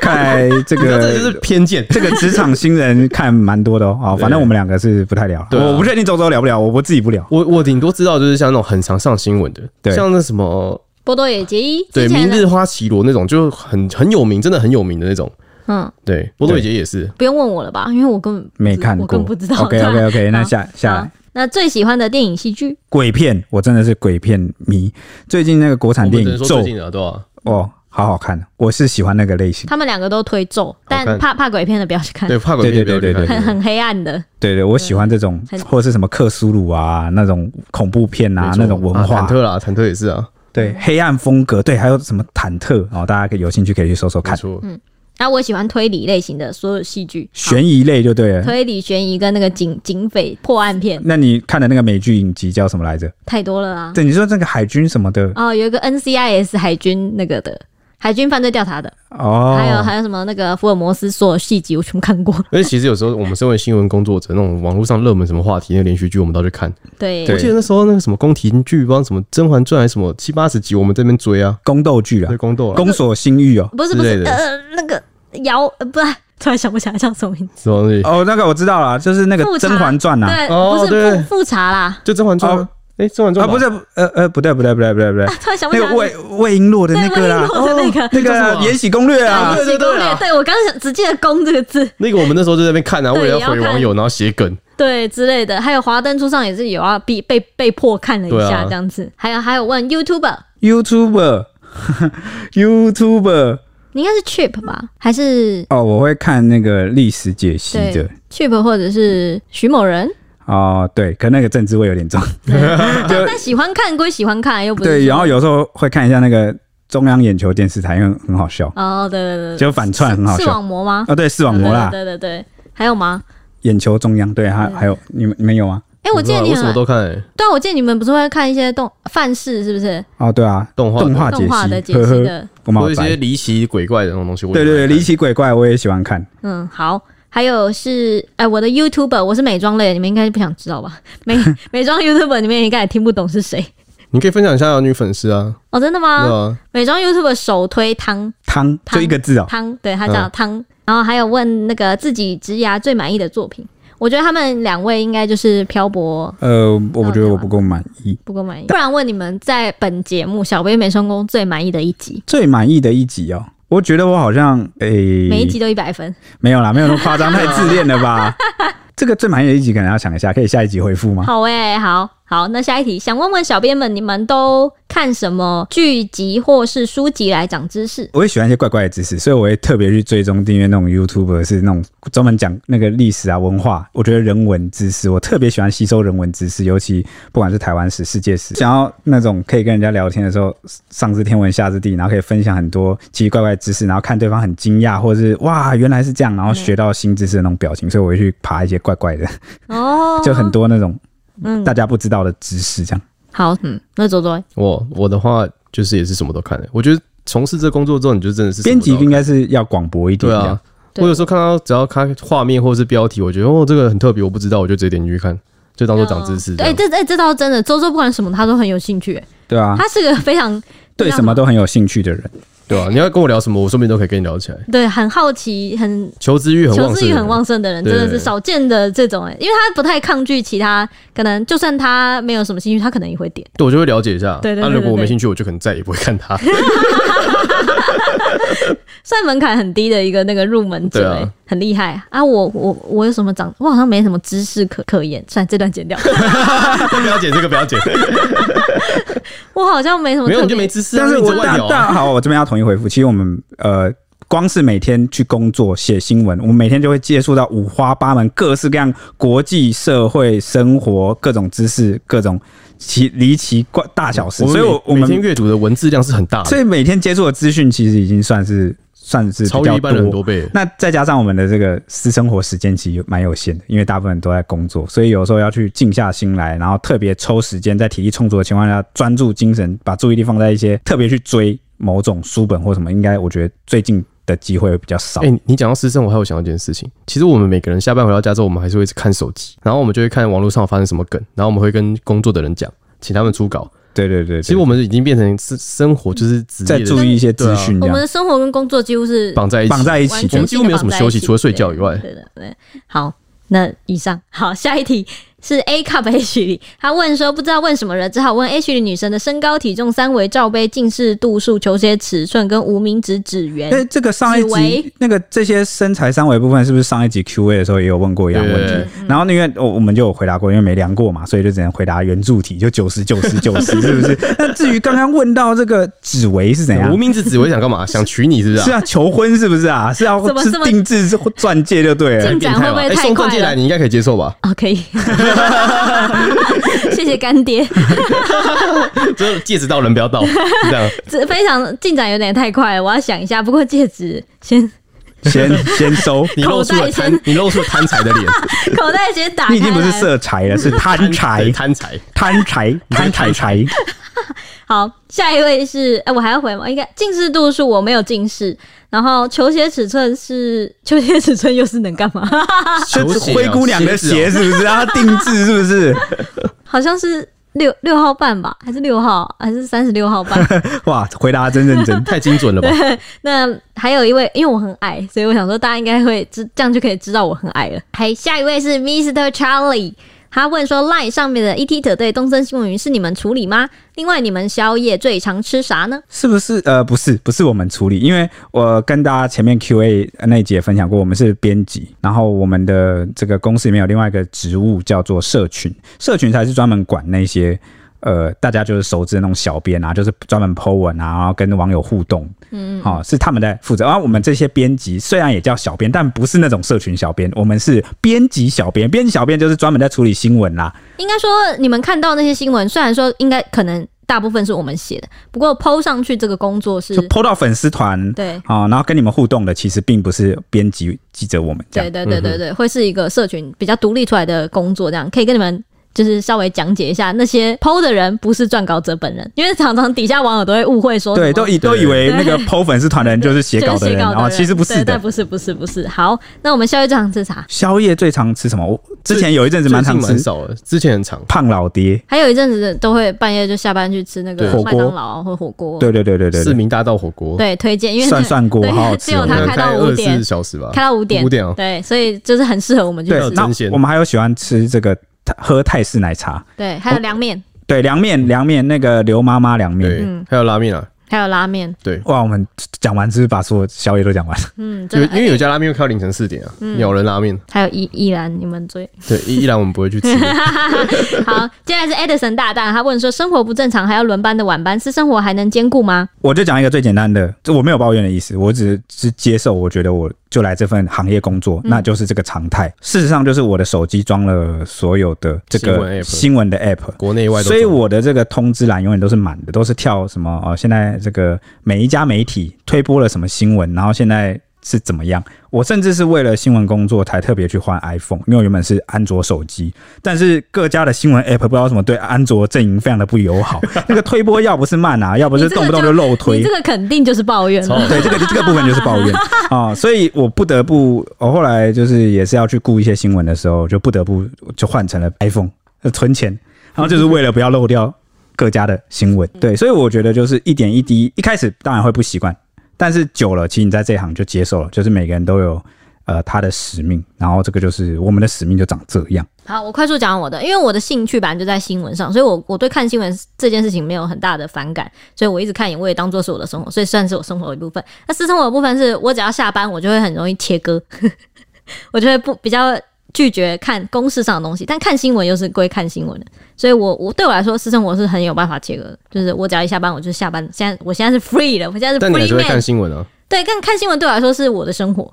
[SPEAKER 1] 看来这
[SPEAKER 3] 这
[SPEAKER 1] 个
[SPEAKER 3] 就是偏见。
[SPEAKER 1] 这个职场新人看蛮多的哦。好，反正我们两个是不太聊，
[SPEAKER 3] 对啊
[SPEAKER 1] 我不确定周周聊不聊，我不自己不聊。
[SPEAKER 3] 我我顶多知道就是像那种很常上新闻的，
[SPEAKER 1] 对
[SPEAKER 3] 像那什么
[SPEAKER 2] 波多野结衣
[SPEAKER 3] 对
[SPEAKER 2] 之
[SPEAKER 3] 明
[SPEAKER 2] 前的
[SPEAKER 3] 日花绮罗那种，就很很有名，真的很有名的那种。
[SPEAKER 2] 嗯，
[SPEAKER 3] 对，波多野结衣也是。
[SPEAKER 2] 不用问我了吧，因为我根本
[SPEAKER 1] 没看过，
[SPEAKER 2] 我更不知道。
[SPEAKER 1] OK OK OK，那
[SPEAKER 2] 好
[SPEAKER 1] 下下来
[SPEAKER 2] 好那最喜欢的电影戏剧，
[SPEAKER 1] 鬼片，我真的是鬼片迷。最近那个国产
[SPEAKER 3] 我
[SPEAKER 1] 电
[SPEAKER 3] 们
[SPEAKER 1] 影
[SPEAKER 3] 只
[SPEAKER 1] 《
[SPEAKER 3] 能说
[SPEAKER 1] 咒
[SPEAKER 3] 最》近啊的对吧？
[SPEAKER 1] 哦，好好看，我是喜欢那个类型。
[SPEAKER 2] 他们两个都推咒，但
[SPEAKER 3] 看
[SPEAKER 2] 怕怕鬼片的不要去看，
[SPEAKER 3] 对，怕鬼片不要去
[SPEAKER 1] 对对对
[SPEAKER 2] 很
[SPEAKER 3] 看
[SPEAKER 2] 很黑暗的。
[SPEAKER 1] 对对，我喜欢这种
[SPEAKER 2] 很
[SPEAKER 1] 或者是什么克苏鲁啊那种恐怖片啊
[SPEAKER 3] 没错
[SPEAKER 1] 那种文
[SPEAKER 3] 啊
[SPEAKER 1] 化
[SPEAKER 3] 忐，忑啦，忐忑也是啊，
[SPEAKER 1] 对黑暗风格，对，还有什么忐忑，然后大家可以有兴趣可以去搜搜
[SPEAKER 3] 没
[SPEAKER 1] 看。
[SPEAKER 3] 错。
[SPEAKER 2] 嗯然后我喜欢推理类型的所有戏剧，
[SPEAKER 1] 悬疑类就对
[SPEAKER 2] 好
[SPEAKER 1] 了。
[SPEAKER 2] 推理、悬疑跟那个警警匪破案片
[SPEAKER 1] 那你看的那个美剧影集叫什么来着？
[SPEAKER 2] 太多了啊。
[SPEAKER 1] 对，你说这个海军什么的
[SPEAKER 2] 哦，有一个 NCIS 海军那个的海军犯罪调查的，
[SPEAKER 1] 哦，
[SPEAKER 2] 还有还有什么那个福尔摩斯所有细集我全部看过。
[SPEAKER 3] 而且其实有时候我们身为新闻工作者，那种网络上热门什么话题，那个连续剧我们都去看。
[SPEAKER 2] 对
[SPEAKER 1] 对
[SPEAKER 3] 我记得那时候那个什么宫廷剧，不知道什么《甄嬛传》还是什么七八十集，我们这边追啊，
[SPEAKER 1] 宫斗剧啊
[SPEAKER 3] 对，，宫斗啊，
[SPEAKER 1] 宫锁心玉哦。
[SPEAKER 2] 不是不
[SPEAKER 3] 之
[SPEAKER 2] 是
[SPEAKER 3] 类的
[SPEAKER 2] 呃那个姚呃不，突然想不起来叫什么名字。
[SPEAKER 3] 什么东西，
[SPEAKER 1] 哦，那个我知道了，就是那个
[SPEAKER 2] 复啊
[SPEAKER 1] 《
[SPEAKER 2] 查
[SPEAKER 1] 甄嬛传》啊呐。
[SPEAKER 2] 对，
[SPEAKER 3] 哦
[SPEAKER 2] 不
[SPEAKER 3] 对
[SPEAKER 2] 是复复查啦，
[SPEAKER 3] 就《甄嬛传》吗？哎，《甄嬛传
[SPEAKER 1] 啊，》不
[SPEAKER 3] 吧
[SPEAKER 1] 是，呃呃，不对，不对，不对，不对，不对，
[SPEAKER 2] 突然想啊不
[SPEAKER 1] 那
[SPEAKER 2] 起来
[SPEAKER 1] 个。魏魏璎珞的那个啦，
[SPEAKER 2] 对魏璎珞的那个
[SPEAKER 1] 哦那个《延禧攻略》啊
[SPEAKER 2] 延
[SPEAKER 3] 对，
[SPEAKER 2] 禧攻略
[SPEAKER 3] 对啊，
[SPEAKER 2] 对我刚刚想只记得“攻”这个字，
[SPEAKER 3] 那个我们那时候就在那边看啊，
[SPEAKER 2] 对
[SPEAKER 3] 为了
[SPEAKER 2] 也
[SPEAKER 3] 要
[SPEAKER 2] 要
[SPEAKER 3] 回
[SPEAKER 2] 看
[SPEAKER 3] 网友，然后写梗，
[SPEAKER 2] 对之类的，还有《华灯初上》也是有啊，被被被迫看了一
[SPEAKER 3] 对
[SPEAKER 2] 下
[SPEAKER 3] 啊
[SPEAKER 2] 这样子，还有还有问 YouTuber，
[SPEAKER 1] YouTuber，YouTuber，
[SPEAKER 2] 你应该是 Chip 吧，还是
[SPEAKER 1] 哦，我会看那个历史解析的。
[SPEAKER 2] Chip 或者是徐某 人？
[SPEAKER 1] 哦，对，可那个政治味有点重。
[SPEAKER 2] 但但喜欢看归喜欢看，又不是
[SPEAKER 1] 对，
[SPEAKER 2] 说
[SPEAKER 1] 然后有时候会看一下那个中央眼球电视台，因为很好笑，
[SPEAKER 2] 哦，对对对对，
[SPEAKER 1] 就反串很好
[SPEAKER 2] 视
[SPEAKER 1] 笑。
[SPEAKER 2] 网膜吗？
[SPEAKER 1] 哦，对，视网膜啦，
[SPEAKER 2] 对对对对，还有吗？
[SPEAKER 1] 眼球中央，对，还
[SPEAKER 2] 对
[SPEAKER 1] 还有你们你们有吗？
[SPEAKER 2] 哎、我记得
[SPEAKER 3] 不知
[SPEAKER 2] 你
[SPEAKER 3] 道我什么
[SPEAKER 2] 很
[SPEAKER 3] 都看、欸，
[SPEAKER 2] 对啊，我记得你们不是会看一些动范式，是不是？
[SPEAKER 1] 哦，对啊，
[SPEAKER 3] 动画的
[SPEAKER 1] 动画
[SPEAKER 2] 动画的解
[SPEAKER 1] 析，呵
[SPEAKER 2] 析
[SPEAKER 1] 呵，
[SPEAKER 2] 的，
[SPEAKER 1] 我们
[SPEAKER 3] 或
[SPEAKER 1] 好
[SPEAKER 3] 者一
[SPEAKER 1] 宅
[SPEAKER 3] 些。离奇鬼怪的那种东西我也
[SPEAKER 1] 对对对，
[SPEAKER 3] 蛮看
[SPEAKER 1] 离奇鬼怪我也喜欢看。
[SPEAKER 2] 嗯，好。还有是，哎、我的 YouTuber 我是美妆类的，你们应该不想知道吧？ 美美妆 YouTuber 你们应该也听不懂是谁
[SPEAKER 3] 你可以分享一下女粉丝啊，
[SPEAKER 2] 哦，真的
[SPEAKER 3] 对
[SPEAKER 2] 吗？
[SPEAKER 3] 啊，
[SPEAKER 2] 美妆 YouTuber 首推汤
[SPEAKER 1] 汤
[SPEAKER 2] 汤
[SPEAKER 1] 就一个字哦，
[SPEAKER 2] 汤，对
[SPEAKER 3] 嗯
[SPEAKER 2] 他叫汤、然后还有问那个自己职涯最满意的作品，我觉得他们两位应该就是漂泊
[SPEAKER 1] 呃，我不觉得我不够满意。
[SPEAKER 2] 不够满意，不然问你们在本节目《小编美声工》最满意的一集，
[SPEAKER 1] 最满意的一集哦，我觉得我好像诶，
[SPEAKER 2] 每一集都一百分。
[SPEAKER 1] 没有啦，没有那么夸张，太自恋了吧？ 这个最满意的一集可能要想一下，可以下一集回复吗？
[SPEAKER 2] 好诶、好好，那下一题，想问问小编们，你们都看什么剧集或是书籍来长知识？
[SPEAKER 1] 我也喜欢一些怪怪的知识，所以我会特别去追踪订阅那种 YouTube，是那种专门讲那个历史啊、文化，我觉得人文知识，我特别喜欢吸收人文知识，尤其不管是台湾史、世界史，想要那种可以跟人家聊天的时候，上知天文下知地，然后可以分享很多奇奇怪怪的知识，然后看对方很惊讶，或者是哇原来是这样，然后学到新知识的那种表情，所以我会去爬一些怪怪的，
[SPEAKER 2] 哦，
[SPEAKER 1] 就很多那种
[SPEAKER 2] 嗯
[SPEAKER 1] 大家不知道的知识，这样。
[SPEAKER 2] 好，嗯，那左左，
[SPEAKER 3] 我我的话就是也是什么都看、欸，我觉得从事这工作之后，你就真的是什么
[SPEAKER 1] 编
[SPEAKER 3] 都
[SPEAKER 1] 辑
[SPEAKER 3] 要看
[SPEAKER 1] 应该是要广博一点，
[SPEAKER 3] 对
[SPEAKER 1] 这样
[SPEAKER 3] 啊。
[SPEAKER 2] 对
[SPEAKER 3] 我有时候看到只要看画面或是标题，我觉得哦这个很特别，我不知道，我就直接点进去看，就当做长知识这
[SPEAKER 2] 哎、
[SPEAKER 3] 样。
[SPEAKER 2] 这哎、这倒真的，周周不管什么他都很有兴趣、欸
[SPEAKER 1] 对啊，
[SPEAKER 2] 他是个非常
[SPEAKER 1] 对什么都很有兴趣的人。
[SPEAKER 3] 对啊，你要跟我聊什么，我说不定都可以跟你聊起来。
[SPEAKER 2] 对很好奇、很
[SPEAKER 3] 求知欲很
[SPEAKER 2] 求
[SPEAKER 3] 旺
[SPEAKER 2] 知
[SPEAKER 3] 盛，
[SPEAKER 2] 欲很旺盛的人，
[SPEAKER 3] 对
[SPEAKER 2] 真的是少见的这种哎、因为他不太抗拒其他，可能就算他没有什么兴趣，他可能也会点。
[SPEAKER 3] 对，我就会了解一下。
[SPEAKER 2] 对对对
[SPEAKER 3] 那、
[SPEAKER 2] 对
[SPEAKER 3] 如果我
[SPEAKER 2] 对
[SPEAKER 3] 没兴趣，我就可能再也不会 看它。
[SPEAKER 2] 算门槛很低的一个那个入门
[SPEAKER 3] 对
[SPEAKER 2] 者、
[SPEAKER 3] 啊
[SPEAKER 2] 欸，很厉害啊！我我我有什么长，我好像没什么知识可可言，算了这段剪 掉，
[SPEAKER 3] 不要剪这个，不要剪，
[SPEAKER 2] 我好像没什么
[SPEAKER 3] 没有
[SPEAKER 2] 特
[SPEAKER 3] 你就没
[SPEAKER 2] 别。
[SPEAKER 3] 知识啊，
[SPEAKER 1] 但是
[SPEAKER 3] 你
[SPEAKER 1] 我
[SPEAKER 3] 只外
[SPEAKER 1] 大
[SPEAKER 3] 聊啊。
[SPEAKER 1] 大好，我这边要统一回复。其实我们呃，光是每天去工作写新闻，我们每天就会接触到五花八门、各式各样国际社会生活各种知识、各种奇离奇怪大小事。
[SPEAKER 3] 我
[SPEAKER 1] 所以
[SPEAKER 3] 们
[SPEAKER 1] 我
[SPEAKER 3] 每
[SPEAKER 1] 我
[SPEAKER 3] 每天
[SPEAKER 1] 们
[SPEAKER 3] 阅读的文字量是很大的，
[SPEAKER 1] 所以每天接触的资讯其实已经算是算是
[SPEAKER 3] 超
[SPEAKER 1] 比
[SPEAKER 3] 越
[SPEAKER 1] 较
[SPEAKER 3] 一般人很多倍。
[SPEAKER 1] 那再加上我们的这个私生活时间其实蛮有限的，因为大部分人都在工作，所以有时候要去静下心来，然后特别抽时间，在体力充足的情况下，专注精神，把注意力放在一些特别去追某种书本或什么。应该我觉得最近的机会会比较少。
[SPEAKER 3] 哎、你你讲到私生活，我还有想到一件事情。其实我们每个人下班回到家之后，我们还是会一直看手机，然后我们就会看网络上发生什么梗，然后我们会跟工作的人讲，请他们出稿。
[SPEAKER 1] 对对对对，
[SPEAKER 3] 其实我们已经变成是生活就是职
[SPEAKER 1] 在
[SPEAKER 3] 业
[SPEAKER 1] 注
[SPEAKER 3] 的
[SPEAKER 1] 意一些资讯，这
[SPEAKER 2] 我
[SPEAKER 3] 啊
[SPEAKER 2] 们
[SPEAKER 1] 样
[SPEAKER 2] 的生活跟工作几乎是
[SPEAKER 3] 绑在一起，
[SPEAKER 1] 绑在一
[SPEAKER 2] 完
[SPEAKER 1] 起的。
[SPEAKER 2] 全
[SPEAKER 3] 我们几乎没有什么休息
[SPEAKER 2] 性地绑在一起
[SPEAKER 3] 除了睡觉以外
[SPEAKER 2] 对的，对。好，那以上好，下一题是 A cup H 里，他问说不知道问什么人，只好问 H 里女生的身高、体重、三围、罩杯、近视度数、球鞋尺寸跟无名指指
[SPEAKER 1] 哎、
[SPEAKER 2] 缘。
[SPEAKER 1] 这个上一
[SPEAKER 2] 紫薇
[SPEAKER 1] 集那个这些身材三维部分，是不是上一集 Q&A 的时候也有问过一样的问
[SPEAKER 2] 嗯
[SPEAKER 3] 对对
[SPEAKER 1] 题？然后那个哦我我们就有回答过，因为没量过嘛，所以就只能回答原著题，就九十九十九 十，是不是？那至于刚刚问到这个指围是怎
[SPEAKER 3] 无
[SPEAKER 1] 样？
[SPEAKER 3] 名指指挥想干嘛？想娶你是不是、啊？
[SPEAKER 1] 是啊，求婚是不是啊？是要
[SPEAKER 2] 怎么
[SPEAKER 1] 是
[SPEAKER 2] 这么
[SPEAKER 1] 定制钻戒就对了
[SPEAKER 2] 进。展会不会
[SPEAKER 3] 哎
[SPEAKER 2] 太
[SPEAKER 3] 送
[SPEAKER 2] 快
[SPEAKER 3] 钻戒
[SPEAKER 2] 了
[SPEAKER 3] 来，你应该可以接 受吧？
[SPEAKER 2] 哦，可以，谢谢干爹，
[SPEAKER 3] 这戒指到人不要到，是这样。
[SPEAKER 2] 这非常进展有点太快了，我要想一下。不过戒指先
[SPEAKER 1] 先先收，
[SPEAKER 3] 你露出了贪
[SPEAKER 2] 口袋，
[SPEAKER 3] 你露出了贪财的脸，
[SPEAKER 2] 口袋先打开
[SPEAKER 1] 你
[SPEAKER 2] 来，
[SPEAKER 1] 已经不是色财了，是 贪财
[SPEAKER 3] 对，贪财。
[SPEAKER 1] 贪财，贪财财。
[SPEAKER 2] 好，下一位是，哎、我还要回吗？应该近视度数我没有近视，然后球鞋尺寸是 球鞋尺寸又是能干嘛？
[SPEAKER 1] 这
[SPEAKER 3] 球
[SPEAKER 1] 是
[SPEAKER 3] 鞋啊
[SPEAKER 1] 灰姑娘的
[SPEAKER 3] 鞋
[SPEAKER 1] 鞋是不是？然后定制是不是？
[SPEAKER 2] 好像是六六号半吧，还是六号，还是三十六号半？
[SPEAKER 1] 哇，回答真认真。
[SPEAKER 3] 太精 准了吧？
[SPEAKER 2] 那还有一位，因为我很矮，所以我想说大家应该会知，这样就可以知道我很矮了。还下一位是 Mr. Charlie。他问说：“Line 上面的 ET 者对东森新闻云是你们处理吗？另外，你们宵夜最常吃啥呢？
[SPEAKER 1] 是不是？呃，不是，不是我们处理，因为我跟大家前面 Q&A 那一集也分享过，我们是编辑，然后我们的这个公司里面有另外一个职务叫做社群，社群才是专门管那些呃，大家就是熟知的那种小编啊，就是专门 Po 文啊，然后跟网友互动，嗯，哦，是他们在负责。然后我们这些编辑虽然也叫小编，但不是那种社群小编，我们是编辑小编。编辑小编就是专门在处理新闻啦，
[SPEAKER 2] 应该说，你们看到那些新闻，虽然说应该可能大部分是我们写的，不过 PO 上去这个工作是
[SPEAKER 1] 就 Po 到粉丝团，
[SPEAKER 2] 嗯对。
[SPEAKER 1] 啊、然后跟你们互动的其实并不是编辑记者我们这
[SPEAKER 2] 对
[SPEAKER 1] 样。
[SPEAKER 2] 对对对对，会是一个社群比较独立出来的工作，这样可以跟你们就是稍微讲解一下，那些 PO 的人不是撰稿者本人，因为常常底下网友都会误会哦说什
[SPEAKER 1] 对，
[SPEAKER 2] 么
[SPEAKER 1] 都以都以为 那个 PO 粉丝团的人就是写
[SPEAKER 2] 就
[SPEAKER 1] 稿的
[SPEAKER 2] 是写
[SPEAKER 1] 人，
[SPEAKER 2] 稿
[SPEAKER 1] 然
[SPEAKER 2] 的
[SPEAKER 1] 后
[SPEAKER 2] 人，
[SPEAKER 1] 其实不是
[SPEAKER 2] 对对
[SPEAKER 1] 的。
[SPEAKER 2] 不是不是不是。好，那我们宵夜这场吃啥？
[SPEAKER 1] 宵夜最常吃什么？我之前有一阵子蛮
[SPEAKER 3] 最
[SPEAKER 1] 常
[SPEAKER 3] 近蛮
[SPEAKER 1] 吃
[SPEAKER 3] 少的，之前很长。
[SPEAKER 1] 胖老爹，
[SPEAKER 2] 还有一阵子都会半夜就下班去吃那
[SPEAKER 1] 对
[SPEAKER 2] 个
[SPEAKER 1] 火锅
[SPEAKER 2] 麦当劳啊或火锅，
[SPEAKER 1] 对对对对对
[SPEAKER 3] 市
[SPEAKER 1] 对，
[SPEAKER 3] 民大道火锅，
[SPEAKER 2] 对推荐，因为
[SPEAKER 1] 涮涮锅
[SPEAKER 2] 对
[SPEAKER 1] 好好
[SPEAKER 2] 只
[SPEAKER 1] 吃
[SPEAKER 2] 有
[SPEAKER 1] 哦。
[SPEAKER 2] 它
[SPEAKER 3] 可能
[SPEAKER 2] 开到
[SPEAKER 3] 二
[SPEAKER 2] 五
[SPEAKER 3] 十
[SPEAKER 2] 点
[SPEAKER 3] 四小时吧，
[SPEAKER 2] 开到五点，
[SPEAKER 3] 五点哦
[SPEAKER 2] 对，所以就是很适合我们去
[SPEAKER 1] 对
[SPEAKER 2] 吃，
[SPEAKER 3] 那。真
[SPEAKER 1] 然
[SPEAKER 3] 鲜
[SPEAKER 1] 后我们还有喜欢吃这个喝泰式奶茶，
[SPEAKER 2] 对，还有凉面，
[SPEAKER 1] 对，凉面凉面那个刘妈妈凉面。
[SPEAKER 3] 对
[SPEAKER 2] 嗯，
[SPEAKER 3] 还有拉面啊，
[SPEAKER 2] 还有拉面，
[SPEAKER 3] 对，
[SPEAKER 1] 哇，我们讲完是不是把所有宵夜都讲完？
[SPEAKER 2] 嗯，
[SPEAKER 3] 因
[SPEAKER 2] 真
[SPEAKER 3] 为
[SPEAKER 2] 的嗯
[SPEAKER 3] 因为有家拉面会开到凌晨四点啊，鸟人拉面，
[SPEAKER 2] 还有依依然你们 最
[SPEAKER 3] 对，依依然我们不 会去吃的，
[SPEAKER 2] 好。接下来是 Edison 大大，他问说：生活不正常，还要轮班的晚班，私生活还能兼顾吗？
[SPEAKER 1] 我就讲一个最简单的，这我没有抱怨的意思，我只是接受，我觉得我就来这份行业工作，
[SPEAKER 3] 嗯
[SPEAKER 1] 那就是这个常态。事实上，就是我的手机装了所有的这
[SPEAKER 3] 新闻
[SPEAKER 1] 个
[SPEAKER 3] app
[SPEAKER 1] 新闻的 app。
[SPEAKER 3] 国内外都
[SPEAKER 1] 所以
[SPEAKER 3] 做
[SPEAKER 1] 我的这个通知栏永远都是满的，都是跳什么哦，现在这个每一家媒体推播了什么新闻，然后现在是怎么样。我甚至是为了新闻工作才特别去换 iPhone，因为我原本是安卓手机，但是各家的新闻 App 不知道为什么对安卓阵营非常的不友 好，那个推播要不是慢啊，要不是动不动就漏推
[SPEAKER 2] 你这。个肯定就是抱怨
[SPEAKER 3] 超
[SPEAKER 2] 了。
[SPEAKER 3] 好
[SPEAKER 1] 哦对，这个这个部分就是抱 怨啊、所以我不得不，我后来就是也是要去顾一些新闻的时候，就不得不就换成了 iPhone 呃存钱，然后就是为了不要漏掉各家的新闻。
[SPEAKER 2] 嗯
[SPEAKER 1] 对，所以我觉得就是一点一滴，一开始当然会不习惯，但是久了，其实你在这一行就接受了，就是每个人都有呃他的使命，然后这个就是我们的使命就长这样。
[SPEAKER 2] 好，我快速讲我的，因为我的兴趣本来就在新闻上，所以我我对看新闻这件事情没有很大的反感，所以我一直看也我也当做是我的生活，所以算是我生活的一部分。那私生活的部分是我只要下班，我就会很容易切割， 我就会不比较拒绝看公式上的东西，但看新闻又是归看新闻的，所以我我对我来说私生活是很有办法切割的，就是我只要一下班我就下班，现在我现在是 free 了，我现在是
[SPEAKER 3] 但你还是
[SPEAKER 2] free
[SPEAKER 3] 会看
[SPEAKER 2] man，
[SPEAKER 3] 新闻啊，
[SPEAKER 2] 对，但看新闻对我来说是我的生活，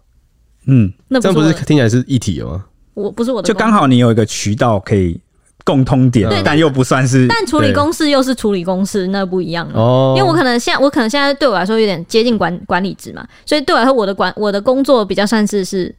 [SPEAKER 1] 嗯，
[SPEAKER 2] 那
[SPEAKER 3] 这
[SPEAKER 2] 不是
[SPEAKER 3] 样不
[SPEAKER 2] 我
[SPEAKER 3] 是
[SPEAKER 2] 的
[SPEAKER 3] 听起来是一体的吗？
[SPEAKER 2] 我不是我的
[SPEAKER 1] 就
[SPEAKER 2] 工作
[SPEAKER 1] 刚好你有一个渠道可以共通点
[SPEAKER 3] 对，
[SPEAKER 1] 但又不算是
[SPEAKER 2] 但处理
[SPEAKER 3] 对
[SPEAKER 2] 公式又是处理公式，那不一样了。
[SPEAKER 3] 哦，
[SPEAKER 2] 嗯因为我可能现在，我可能现在对我来说有点接近管管理职嘛，所以对我来说，我的管我的工作比较算是是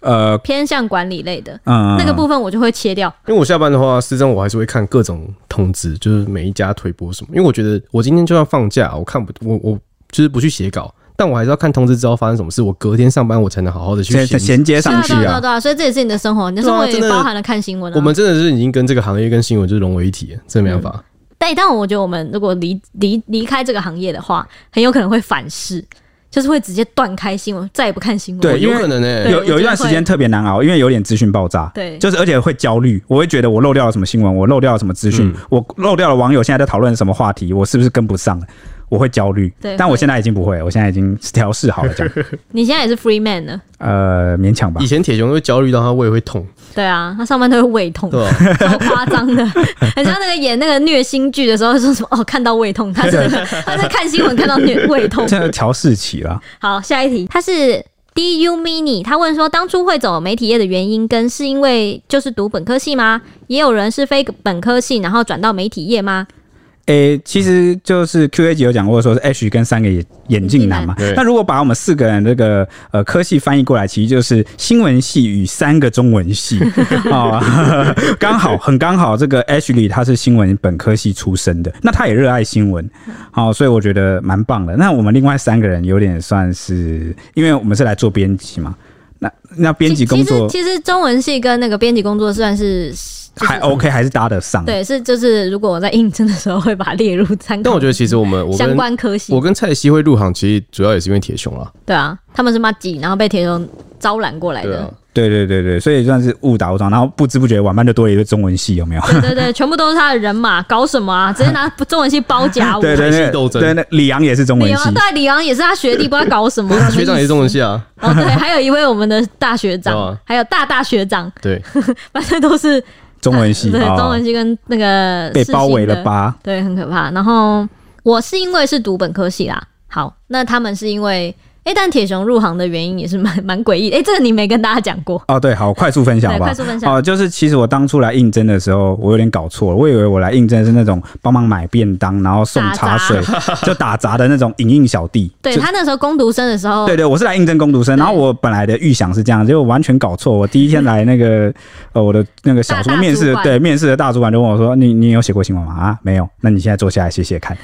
[SPEAKER 1] 呃
[SPEAKER 2] 偏向管理类的、
[SPEAKER 1] 嗯
[SPEAKER 2] 那个部分，我就会切掉。
[SPEAKER 3] 因为我下班的话，私生我还是会看各种通知，就是每一家推播什么。因为我觉得我今天就算放假，我看不我我就是不去写稿，但我还是要看通知之后发生什么事，我隔天上班我才能好好的去
[SPEAKER 1] 衔
[SPEAKER 3] 写。
[SPEAKER 1] 衔接
[SPEAKER 2] 对
[SPEAKER 1] 上
[SPEAKER 2] 啊，
[SPEAKER 1] 去
[SPEAKER 2] 对啊，对啊，
[SPEAKER 1] 啊。
[SPEAKER 2] 对啊，所以这也是你的生活，你的生活
[SPEAKER 3] 对啊真
[SPEAKER 2] 也
[SPEAKER 3] 的
[SPEAKER 2] 包含了看新闻、啊。
[SPEAKER 3] 我们真的是已经跟这个行业跟新闻就是融为一体了，真的没
[SPEAKER 1] 嗯
[SPEAKER 3] 办法。
[SPEAKER 2] 但但我觉得我们如果离离离开这个行业的话，很有可能会反噬，就是会直接断开新闻，再也不看新闻。
[SPEAKER 1] 对
[SPEAKER 3] 哦
[SPEAKER 1] 因
[SPEAKER 3] 有
[SPEAKER 1] 为
[SPEAKER 3] 可能诶、
[SPEAKER 2] 对
[SPEAKER 1] 有
[SPEAKER 2] 我觉
[SPEAKER 1] 有
[SPEAKER 2] 得
[SPEAKER 1] 一段时间特别难熬，因为有点资讯爆炸，
[SPEAKER 2] 对
[SPEAKER 1] 就是而且会焦虑，我会觉得我漏掉了什么新闻，我漏掉了什么资
[SPEAKER 3] 嗯
[SPEAKER 1] 讯，我漏掉了网友现在在讨论什么话题，我是不是跟不上了？我会焦虑
[SPEAKER 2] 对，
[SPEAKER 1] 但我
[SPEAKER 2] 会
[SPEAKER 1] 现在已经不会，我现在已经调试好了， 这样
[SPEAKER 2] 你现在也是 free man 了，
[SPEAKER 1] 呃勉强吧
[SPEAKER 3] 以。前铁熊会焦虑到他胃会 痛，
[SPEAKER 2] 对啊，他上班都会胃痛。
[SPEAKER 3] 对吧、
[SPEAKER 2] 超夸张 的，很像那个演那个虐心剧的时候说什么哦，看到胃 痛，他是他在看新闻看到虐胃痛。
[SPEAKER 1] 这个调试期了，
[SPEAKER 2] 好，下一题，他是 D U Mini，他问说当初会走媒体业的原因，跟是因为就是读本科系吗？也有人是非本科系然后转到媒体业吗？
[SPEAKER 1] 诶、其实就是 Q A 级有讲过，说是 H 跟三个眼眼镜男嘛
[SPEAKER 3] 眼镜男。
[SPEAKER 1] 那如果把我们四个人这个呃科系翻译过来，其实就是新闻系与三个中文系啊， 刚、好很刚好。这个 H 里他是新闻本科系出身的，那他也热爱新闻，好、所以我觉得蛮棒的。那我们另外三个人有点算是，因为我们是来做编辑嘛，那那编辑工作
[SPEAKER 2] 其其实其实中文系跟那个编辑工作算是
[SPEAKER 3] 嗯
[SPEAKER 1] 还 OK，还是搭得上。
[SPEAKER 2] 对，是就是如果我在应征的时候会把它列入参考。
[SPEAKER 3] 但我觉得其实我们我
[SPEAKER 2] 相
[SPEAKER 3] 跟
[SPEAKER 2] 关科系
[SPEAKER 3] 我，跟蔡希会入行，其实主要也是因为铁熊啦，
[SPEAKER 2] 对啊，他们是妈几，然后被铁熊招揽过来
[SPEAKER 3] 对
[SPEAKER 2] 的。
[SPEAKER 3] 啊，
[SPEAKER 1] 对对对对，所以算是误打误撞，然后不知不觉晚班就多了一个中文系，有没有？
[SPEAKER 2] 对对对，全部都是他的 人马，搞什么啊？直接拿中文系包夹我。
[SPEAKER 1] 对对
[SPEAKER 3] 台
[SPEAKER 1] 对，
[SPEAKER 3] 系斗争
[SPEAKER 1] 对那李阳也是中文
[SPEAKER 2] 李
[SPEAKER 1] 系
[SPEAKER 2] 昂，对李昂也是他学弟，不知道搞什么
[SPEAKER 3] 不是
[SPEAKER 2] 啊。
[SPEAKER 3] 他学长也是中文系啊，
[SPEAKER 2] 哦，对，还有一位我们的大学
[SPEAKER 3] 对
[SPEAKER 2] 长
[SPEAKER 3] 啊，
[SPEAKER 2] 还有大大学长，
[SPEAKER 3] 对，
[SPEAKER 2] 反正都是
[SPEAKER 1] 中文系，
[SPEAKER 2] 对，
[SPEAKER 1] 哦
[SPEAKER 2] 中文系跟那个
[SPEAKER 1] 被
[SPEAKER 2] 世新
[SPEAKER 1] 包围了
[SPEAKER 2] 的
[SPEAKER 1] 吧？
[SPEAKER 2] 对，很可怕。然后我是因为是读本科系啦，好，那他们是因为，诶，但铁熊入行的原因也是蛮 蛮诡异的，诶，这个你没跟大家讲过，
[SPEAKER 1] 哦，对，好，快速分享
[SPEAKER 2] 对，
[SPEAKER 1] 好不
[SPEAKER 2] 快
[SPEAKER 1] 好？
[SPEAKER 2] 速分享。
[SPEAKER 1] 哦，就是其实我当初来应征的时候，我有点搞错了，我以为我来应征是那种帮忙买便当，然后送茶水，就打杂的那种影印小弟。
[SPEAKER 2] 对
[SPEAKER 1] 就
[SPEAKER 2] 他那时候攻读生的时候，
[SPEAKER 1] 对对，我是来应征攻读生，然后我本来的预想是这样，结果完全搞错。我第一天来那个呃我的那个小
[SPEAKER 2] 大
[SPEAKER 1] 说
[SPEAKER 2] 大
[SPEAKER 1] 面
[SPEAKER 2] 主
[SPEAKER 1] 试，
[SPEAKER 2] 管
[SPEAKER 1] 对面试的大主管就问我说：“你你有写过新闻吗？”啊，没有。那你现在坐下来写 写看。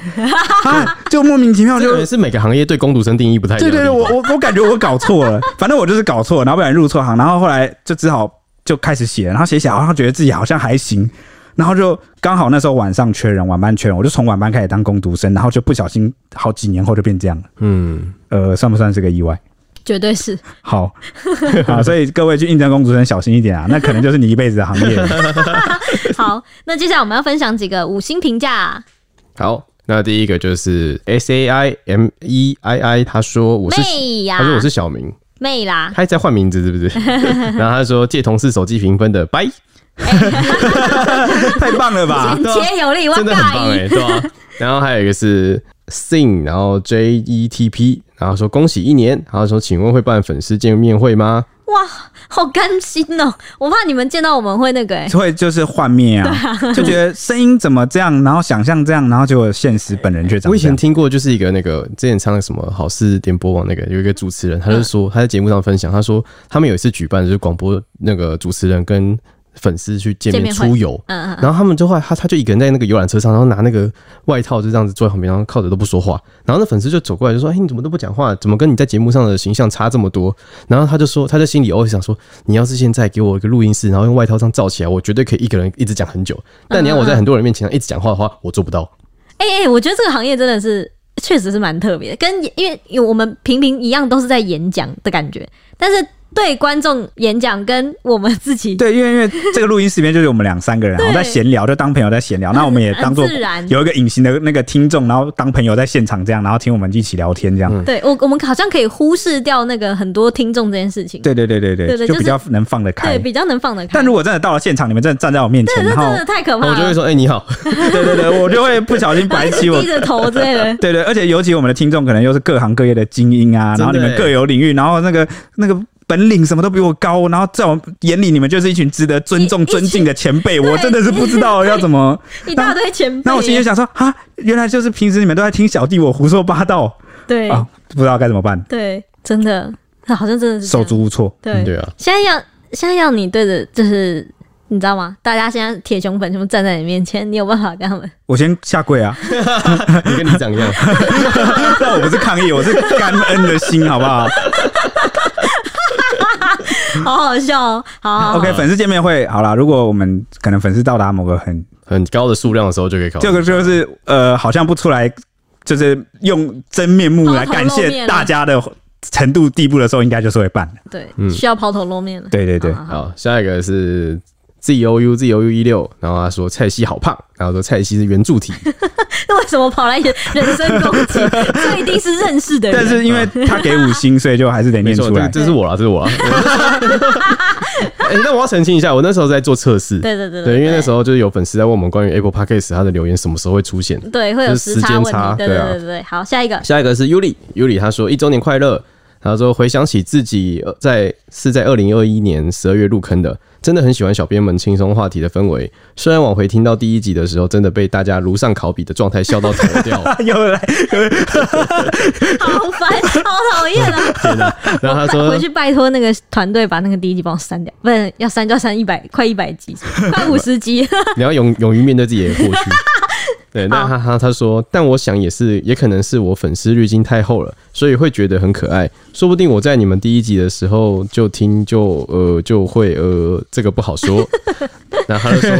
[SPEAKER 1] 啊，就莫名其妙
[SPEAKER 3] 这
[SPEAKER 1] 就
[SPEAKER 3] 个也是每个行业对工读生定义不太一样
[SPEAKER 1] 对
[SPEAKER 3] 的地
[SPEAKER 1] 对
[SPEAKER 3] 方。
[SPEAKER 1] 对，我我我感觉我搞错了，反正我就是搞错，然后不然入错行，然后后来就只好就开始写，然后写写，然后觉得自己好像还行，然后就刚好那时候晚上缺人，晚班缺人，我就从晚班开始当工读生，然后就不小心好几年后就变这样了，
[SPEAKER 3] 嗯，
[SPEAKER 1] 呃，算不算是个意外？
[SPEAKER 2] 绝对是。
[SPEAKER 1] 好 啊，所以各位去应征工读生小心一点啊，那可能就是你一辈子的行业了。
[SPEAKER 2] 好，那接下来我们要分享几个五星评价、
[SPEAKER 3] 好，那第一个就是 S A I M E I I，他说我是。
[SPEAKER 2] 妹呀、
[SPEAKER 3] 他说我是小明，
[SPEAKER 2] 妹啦，
[SPEAKER 3] 他还在换名字是不是？ 然后他说借同事手机评分的，拜，
[SPEAKER 1] 太棒了 吧！
[SPEAKER 2] 简洁有力，我
[SPEAKER 3] 真的很棒
[SPEAKER 2] 尬
[SPEAKER 1] 欸
[SPEAKER 3] 哎、
[SPEAKER 2] 意。
[SPEAKER 3] 对啊。然后还有一个是 sing，然后 J E T P，然后说恭喜一年，然后说请问会办粉丝见面会吗？
[SPEAKER 2] 哇，好甘心哦！我怕你们见到我们会那 个哎、
[SPEAKER 1] 会就是幻灭啊，就觉得声音怎么这样，然后想象这样，然后结果现实本人却长
[SPEAKER 3] 我以
[SPEAKER 1] 这
[SPEAKER 3] 前
[SPEAKER 1] 样。
[SPEAKER 3] 听过，就是一个那个之前唱的什么好事联播网那个有一个主持人，他就
[SPEAKER 2] 嗯
[SPEAKER 3] 说他在节目上分享，他说他们有一次举办就是广播那个主持人跟粉丝去见
[SPEAKER 2] 见
[SPEAKER 3] 面
[SPEAKER 2] 面会
[SPEAKER 3] 出游。
[SPEAKER 2] 嗯嗯，
[SPEAKER 3] 然后他们就后来他他就一个人在那个游览车上，然后拿那个外套就这样子坐在旁边，然后靠着都不说话。然后那粉丝就走过来就说：“哎、你怎么都不讲话？怎么跟你在节目上的形象差这么多？”然后他就说，他在心里偶哦尔想说：“你要是现在给我一个录音室，然后用外套这样罩起来，我绝对可以一个人一直讲很久。但你要我在很多人面前一直讲话的话，我做不到。
[SPEAKER 2] 哎、哎、我觉得这个行业真的是确实是蛮特别的，跟因为因为我们平平一样都是在演讲的感觉，但是对观众演讲跟我们自己
[SPEAKER 1] 对，因为因为这个录音室里面就是我们两三个人，然后在闲聊，就当朋友在闲聊。那我们也当做
[SPEAKER 2] 很自然
[SPEAKER 1] 有一个隐形的那个听众，然后当朋友在现场这样，然后听我们一起聊天这样。
[SPEAKER 3] 嗯
[SPEAKER 2] 对我我们好像可以忽视掉那个很多听众这件事情，
[SPEAKER 1] 对对对对
[SPEAKER 2] 对
[SPEAKER 1] 对，
[SPEAKER 2] 对
[SPEAKER 1] 就
[SPEAKER 2] 就是
[SPEAKER 1] 比较能放得
[SPEAKER 2] 对
[SPEAKER 1] 开。
[SPEAKER 2] 比较能放得开。
[SPEAKER 1] 但如果真的到了现场，你们真的站在我面前，
[SPEAKER 2] 这
[SPEAKER 1] 然后
[SPEAKER 2] 真的太可怕了，
[SPEAKER 3] 然后我就会说：“哎、你好。”
[SPEAKER 1] 对对对，我就会不小心摆起我。
[SPEAKER 2] 低着头之类的
[SPEAKER 1] 对对，而且尤其我们的听众可能又是各行各业的精英啊，然后你
[SPEAKER 3] 真的
[SPEAKER 1] 们
[SPEAKER 3] 欸
[SPEAKER 1] 各有领域，然后那个那个本领什么都比我高，然后在我眼里你们就是一群值得尊重、
[SPEAKER 2] 一一群
[SPEAKER 1] 尊敬的前辈，
[SPEAKER 2] 对
[SPEAKER 1] 我真的是不知道要怎么。
[SPEAKER 2] 一大堆前辈，
[SPEAKER 1] 那我心里就想说，哈，原来就是平时你们都在听小弟我胡说八道
[SPEAKER 2] 对、
[SPEAKER 1] 啊，不知道该怎么办，
[SPEAKER 2] 对，真的好像真的是这
[SPEAKER 1] 手
[SPEAKER 2] 样
[SPEAKER 1] 足无嗯措。
[SPEAKER 2] 对
[SPEAKER 3] 对啊，
[SPEAKER 2] 现在要现在要你对着，就是你知道吗？大家现在铁熊粉全部站在你面前，你有办法跟他们？
[SPEAKER 1] 我先下跪啊！
[SPEAKER 3] 你跟你长一样，
[SPEAKER 1] 但我不是抗议，我是感恩的心，好不好
[SPEAKER 2] 好好笑 哦！好好好
[SPEAKER 1] ？OK，粉丝见面会好啦，如果我们可能粉丝到达某个很
[SPEAKER 3] 很高的数量的时候就可以
[SPEAKER 2] 哦
[SPEAKER 3] 考虑。
[SPEAKER 1] 这个就是呃，好像不出来，就是用真面目来感
[SPEAKER 2] 哦抛头露
[SPEAKER 1] 谢
[SPEAKER 2] 面啊
[SPEAKER 1] 大家的程度地步的时候，应该就是会办的。
[SPEAKER 2] 对，需要抛头露面了。
[SPEAKER 1] 对对对，
[SPEAKER 2] 好好好
[SPEAKER 3] 好，下一个是 Z O U Z O U 一六，然后他说蔡西好胖，然后说蔡西是圆柱体，
[SPEAKER 2] 那为什么跑来人人身攻击？这一定是认识的人。
[SPEAKER 1] 但是因为他给五星，所以就还是得
[SPEAKER 3] 没
[SPEAKER 1] 念
[SPEAKER 3] 错，
[SPEAKER 1] 出
[SPEAKER 3] 这个
[SPEAKER 1] 来。
[SPEAKER 3] 这是 我啦，这是我啦。哎，那我要澄清一下，我那时候在做测试，
[SPEAKER 2] 对对对
[SPEAKER 3] 对，因为那时
[SPEAKER 2] 候
[SPEAKER 3] 候就是有粉丝在问我们关于 Apple Podcast 它的留言什么时候会出现。
[SPEAKER 2] 对会有
[SPEAKER 3] 就是
[SPEAKER 2] 时差
[SPEAKER 3] 时
[SPEAKER 2] 问
[SPEAKER 3] 间差
[SPEAKER 2] 题。对
[SPEAKER 3] 对
[SPEAKER 2] 对
[SPEAKER 3] 啊
[SPEAKER 2] 对对对，好，下一个
[SPEAKER 3] 下一个是 Yuli，Yuli 他说一周年快乐，他说回想起自己呃在是在二零二一年十二月入坑的，真的很喜欢小编们轻松话题的氛围。虽然往回听到第一集的时候，真的被大家如上考比的状态笑到头 掉，
[SPEAKER 1] 又来，
[SPEAKER 2] 好烦，好讨厌啊！
[SPEAKER 3] 然后他说
[SPEAKER 2] 回去拜托那个团队把那个第一集帮我删掉，不然要删就要删一百，快一百集，快五十集。
[SPEAKER 3] 你要勇勇于面对自己的过去。对，那他他他说，但我想也是，也可能是我粉丝滤镜太厚了，所以会觉得很可爱。说不定我在你们第一集的时候就听就呃就会呃这个不好说。然后他就说，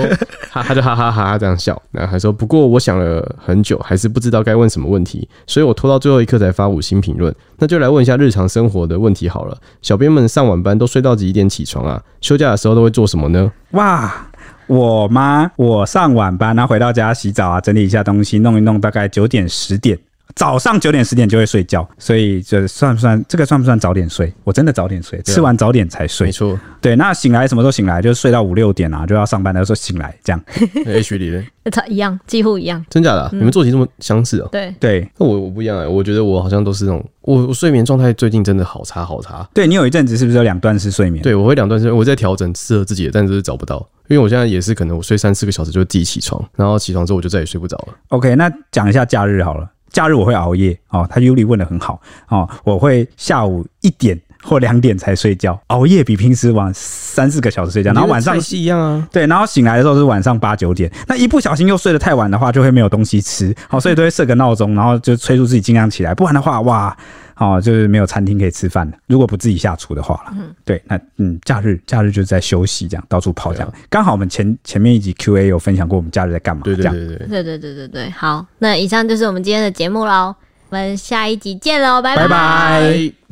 [SPEAKER 3] 他他就哈哈哈哈这样笑。然后他说，不过我想了很久，还是不知道该问什么问题，所以我拖到最后一刻才发五星评论。那就来问一下日常生活的问题好了。小编们上晚班都睡到几点起床啊？休假的时候都会做什么呢？
[SPEAKER 1] 哇！我妈，我上晚班，然后回到家洗澡啊，整理一下东西，弄一弄，大概九点十点早上九点十点就会睡觉，所以这算不算这个算不算早点睡？我真的早点睡，
[SPEAKER 3] 对啊
[SPEAKER 1] 吃完早点才睡
[SPEAKER 3] 没。错
[SPEAKER 1] 对，那醒来什么时候醒来？就是睡到五六点啊，就要上班的时候醒来这样。
[SPEAKER 3] ，H 理论，
[SPEAKER 2] 它一样，几乎一样。
[SPEAKER 3] 真假的啊、你们作息这么相似哦、
[SPEAKER 2] 对，
[SPEAKER 1] 对，
[SPEAKER 3] 那我我不一样哎、我觉得我好像都是那种，我我睡眠状态最近真的好差好差。
[SPEAKER 1] 对你有一阵子是不是有两段式睡眠？，
[SPEAKER 3] 对，我会两段时间我在调整适合自己的，但就是找不到，因为我现在也是可能我睡三四个小时就自己起床，然后起床之后我就再也睡不着了。
[SPEAKER 1] OK，那讲一下假日好了。假日我会熬夜哦，他 Yuli 问的很好哦，我会下午一点或两点才睡觉，熬夜比平时晚三四个小时睡觉，啊然后晚上
[SPEAKER 3] 是一样啊，
[SPEAKER 1] 对，然后醒来的时候是晚上八九点，那一不小心又睡得太晚的话，就会没有东西吃，好、所以都会设个闹钟，然后就催促自己尽量起来，不然的话，哇，哦，就是没有餐厅可以吃饭了。如果不自己下厨的话了，对，那嗯，假日假日就是在休息，这样到处跑，这样。刚、好我们前前面一集 Q&A 有分享过我们假日在干嘛，
[SPEAKER 3] 对
[SPEAKER 1] 这
[SPEAKER 3] 对
[SPEAKER 1] 样。
[SPEAKER 3] 对对对。
[SPEAKER 2] 对对对对对，好，那以上就是我们今天的节目喽，我们下一集见喽，拜
[SPEAKER 1] 拜拜
[SPEAKER 3] 拜。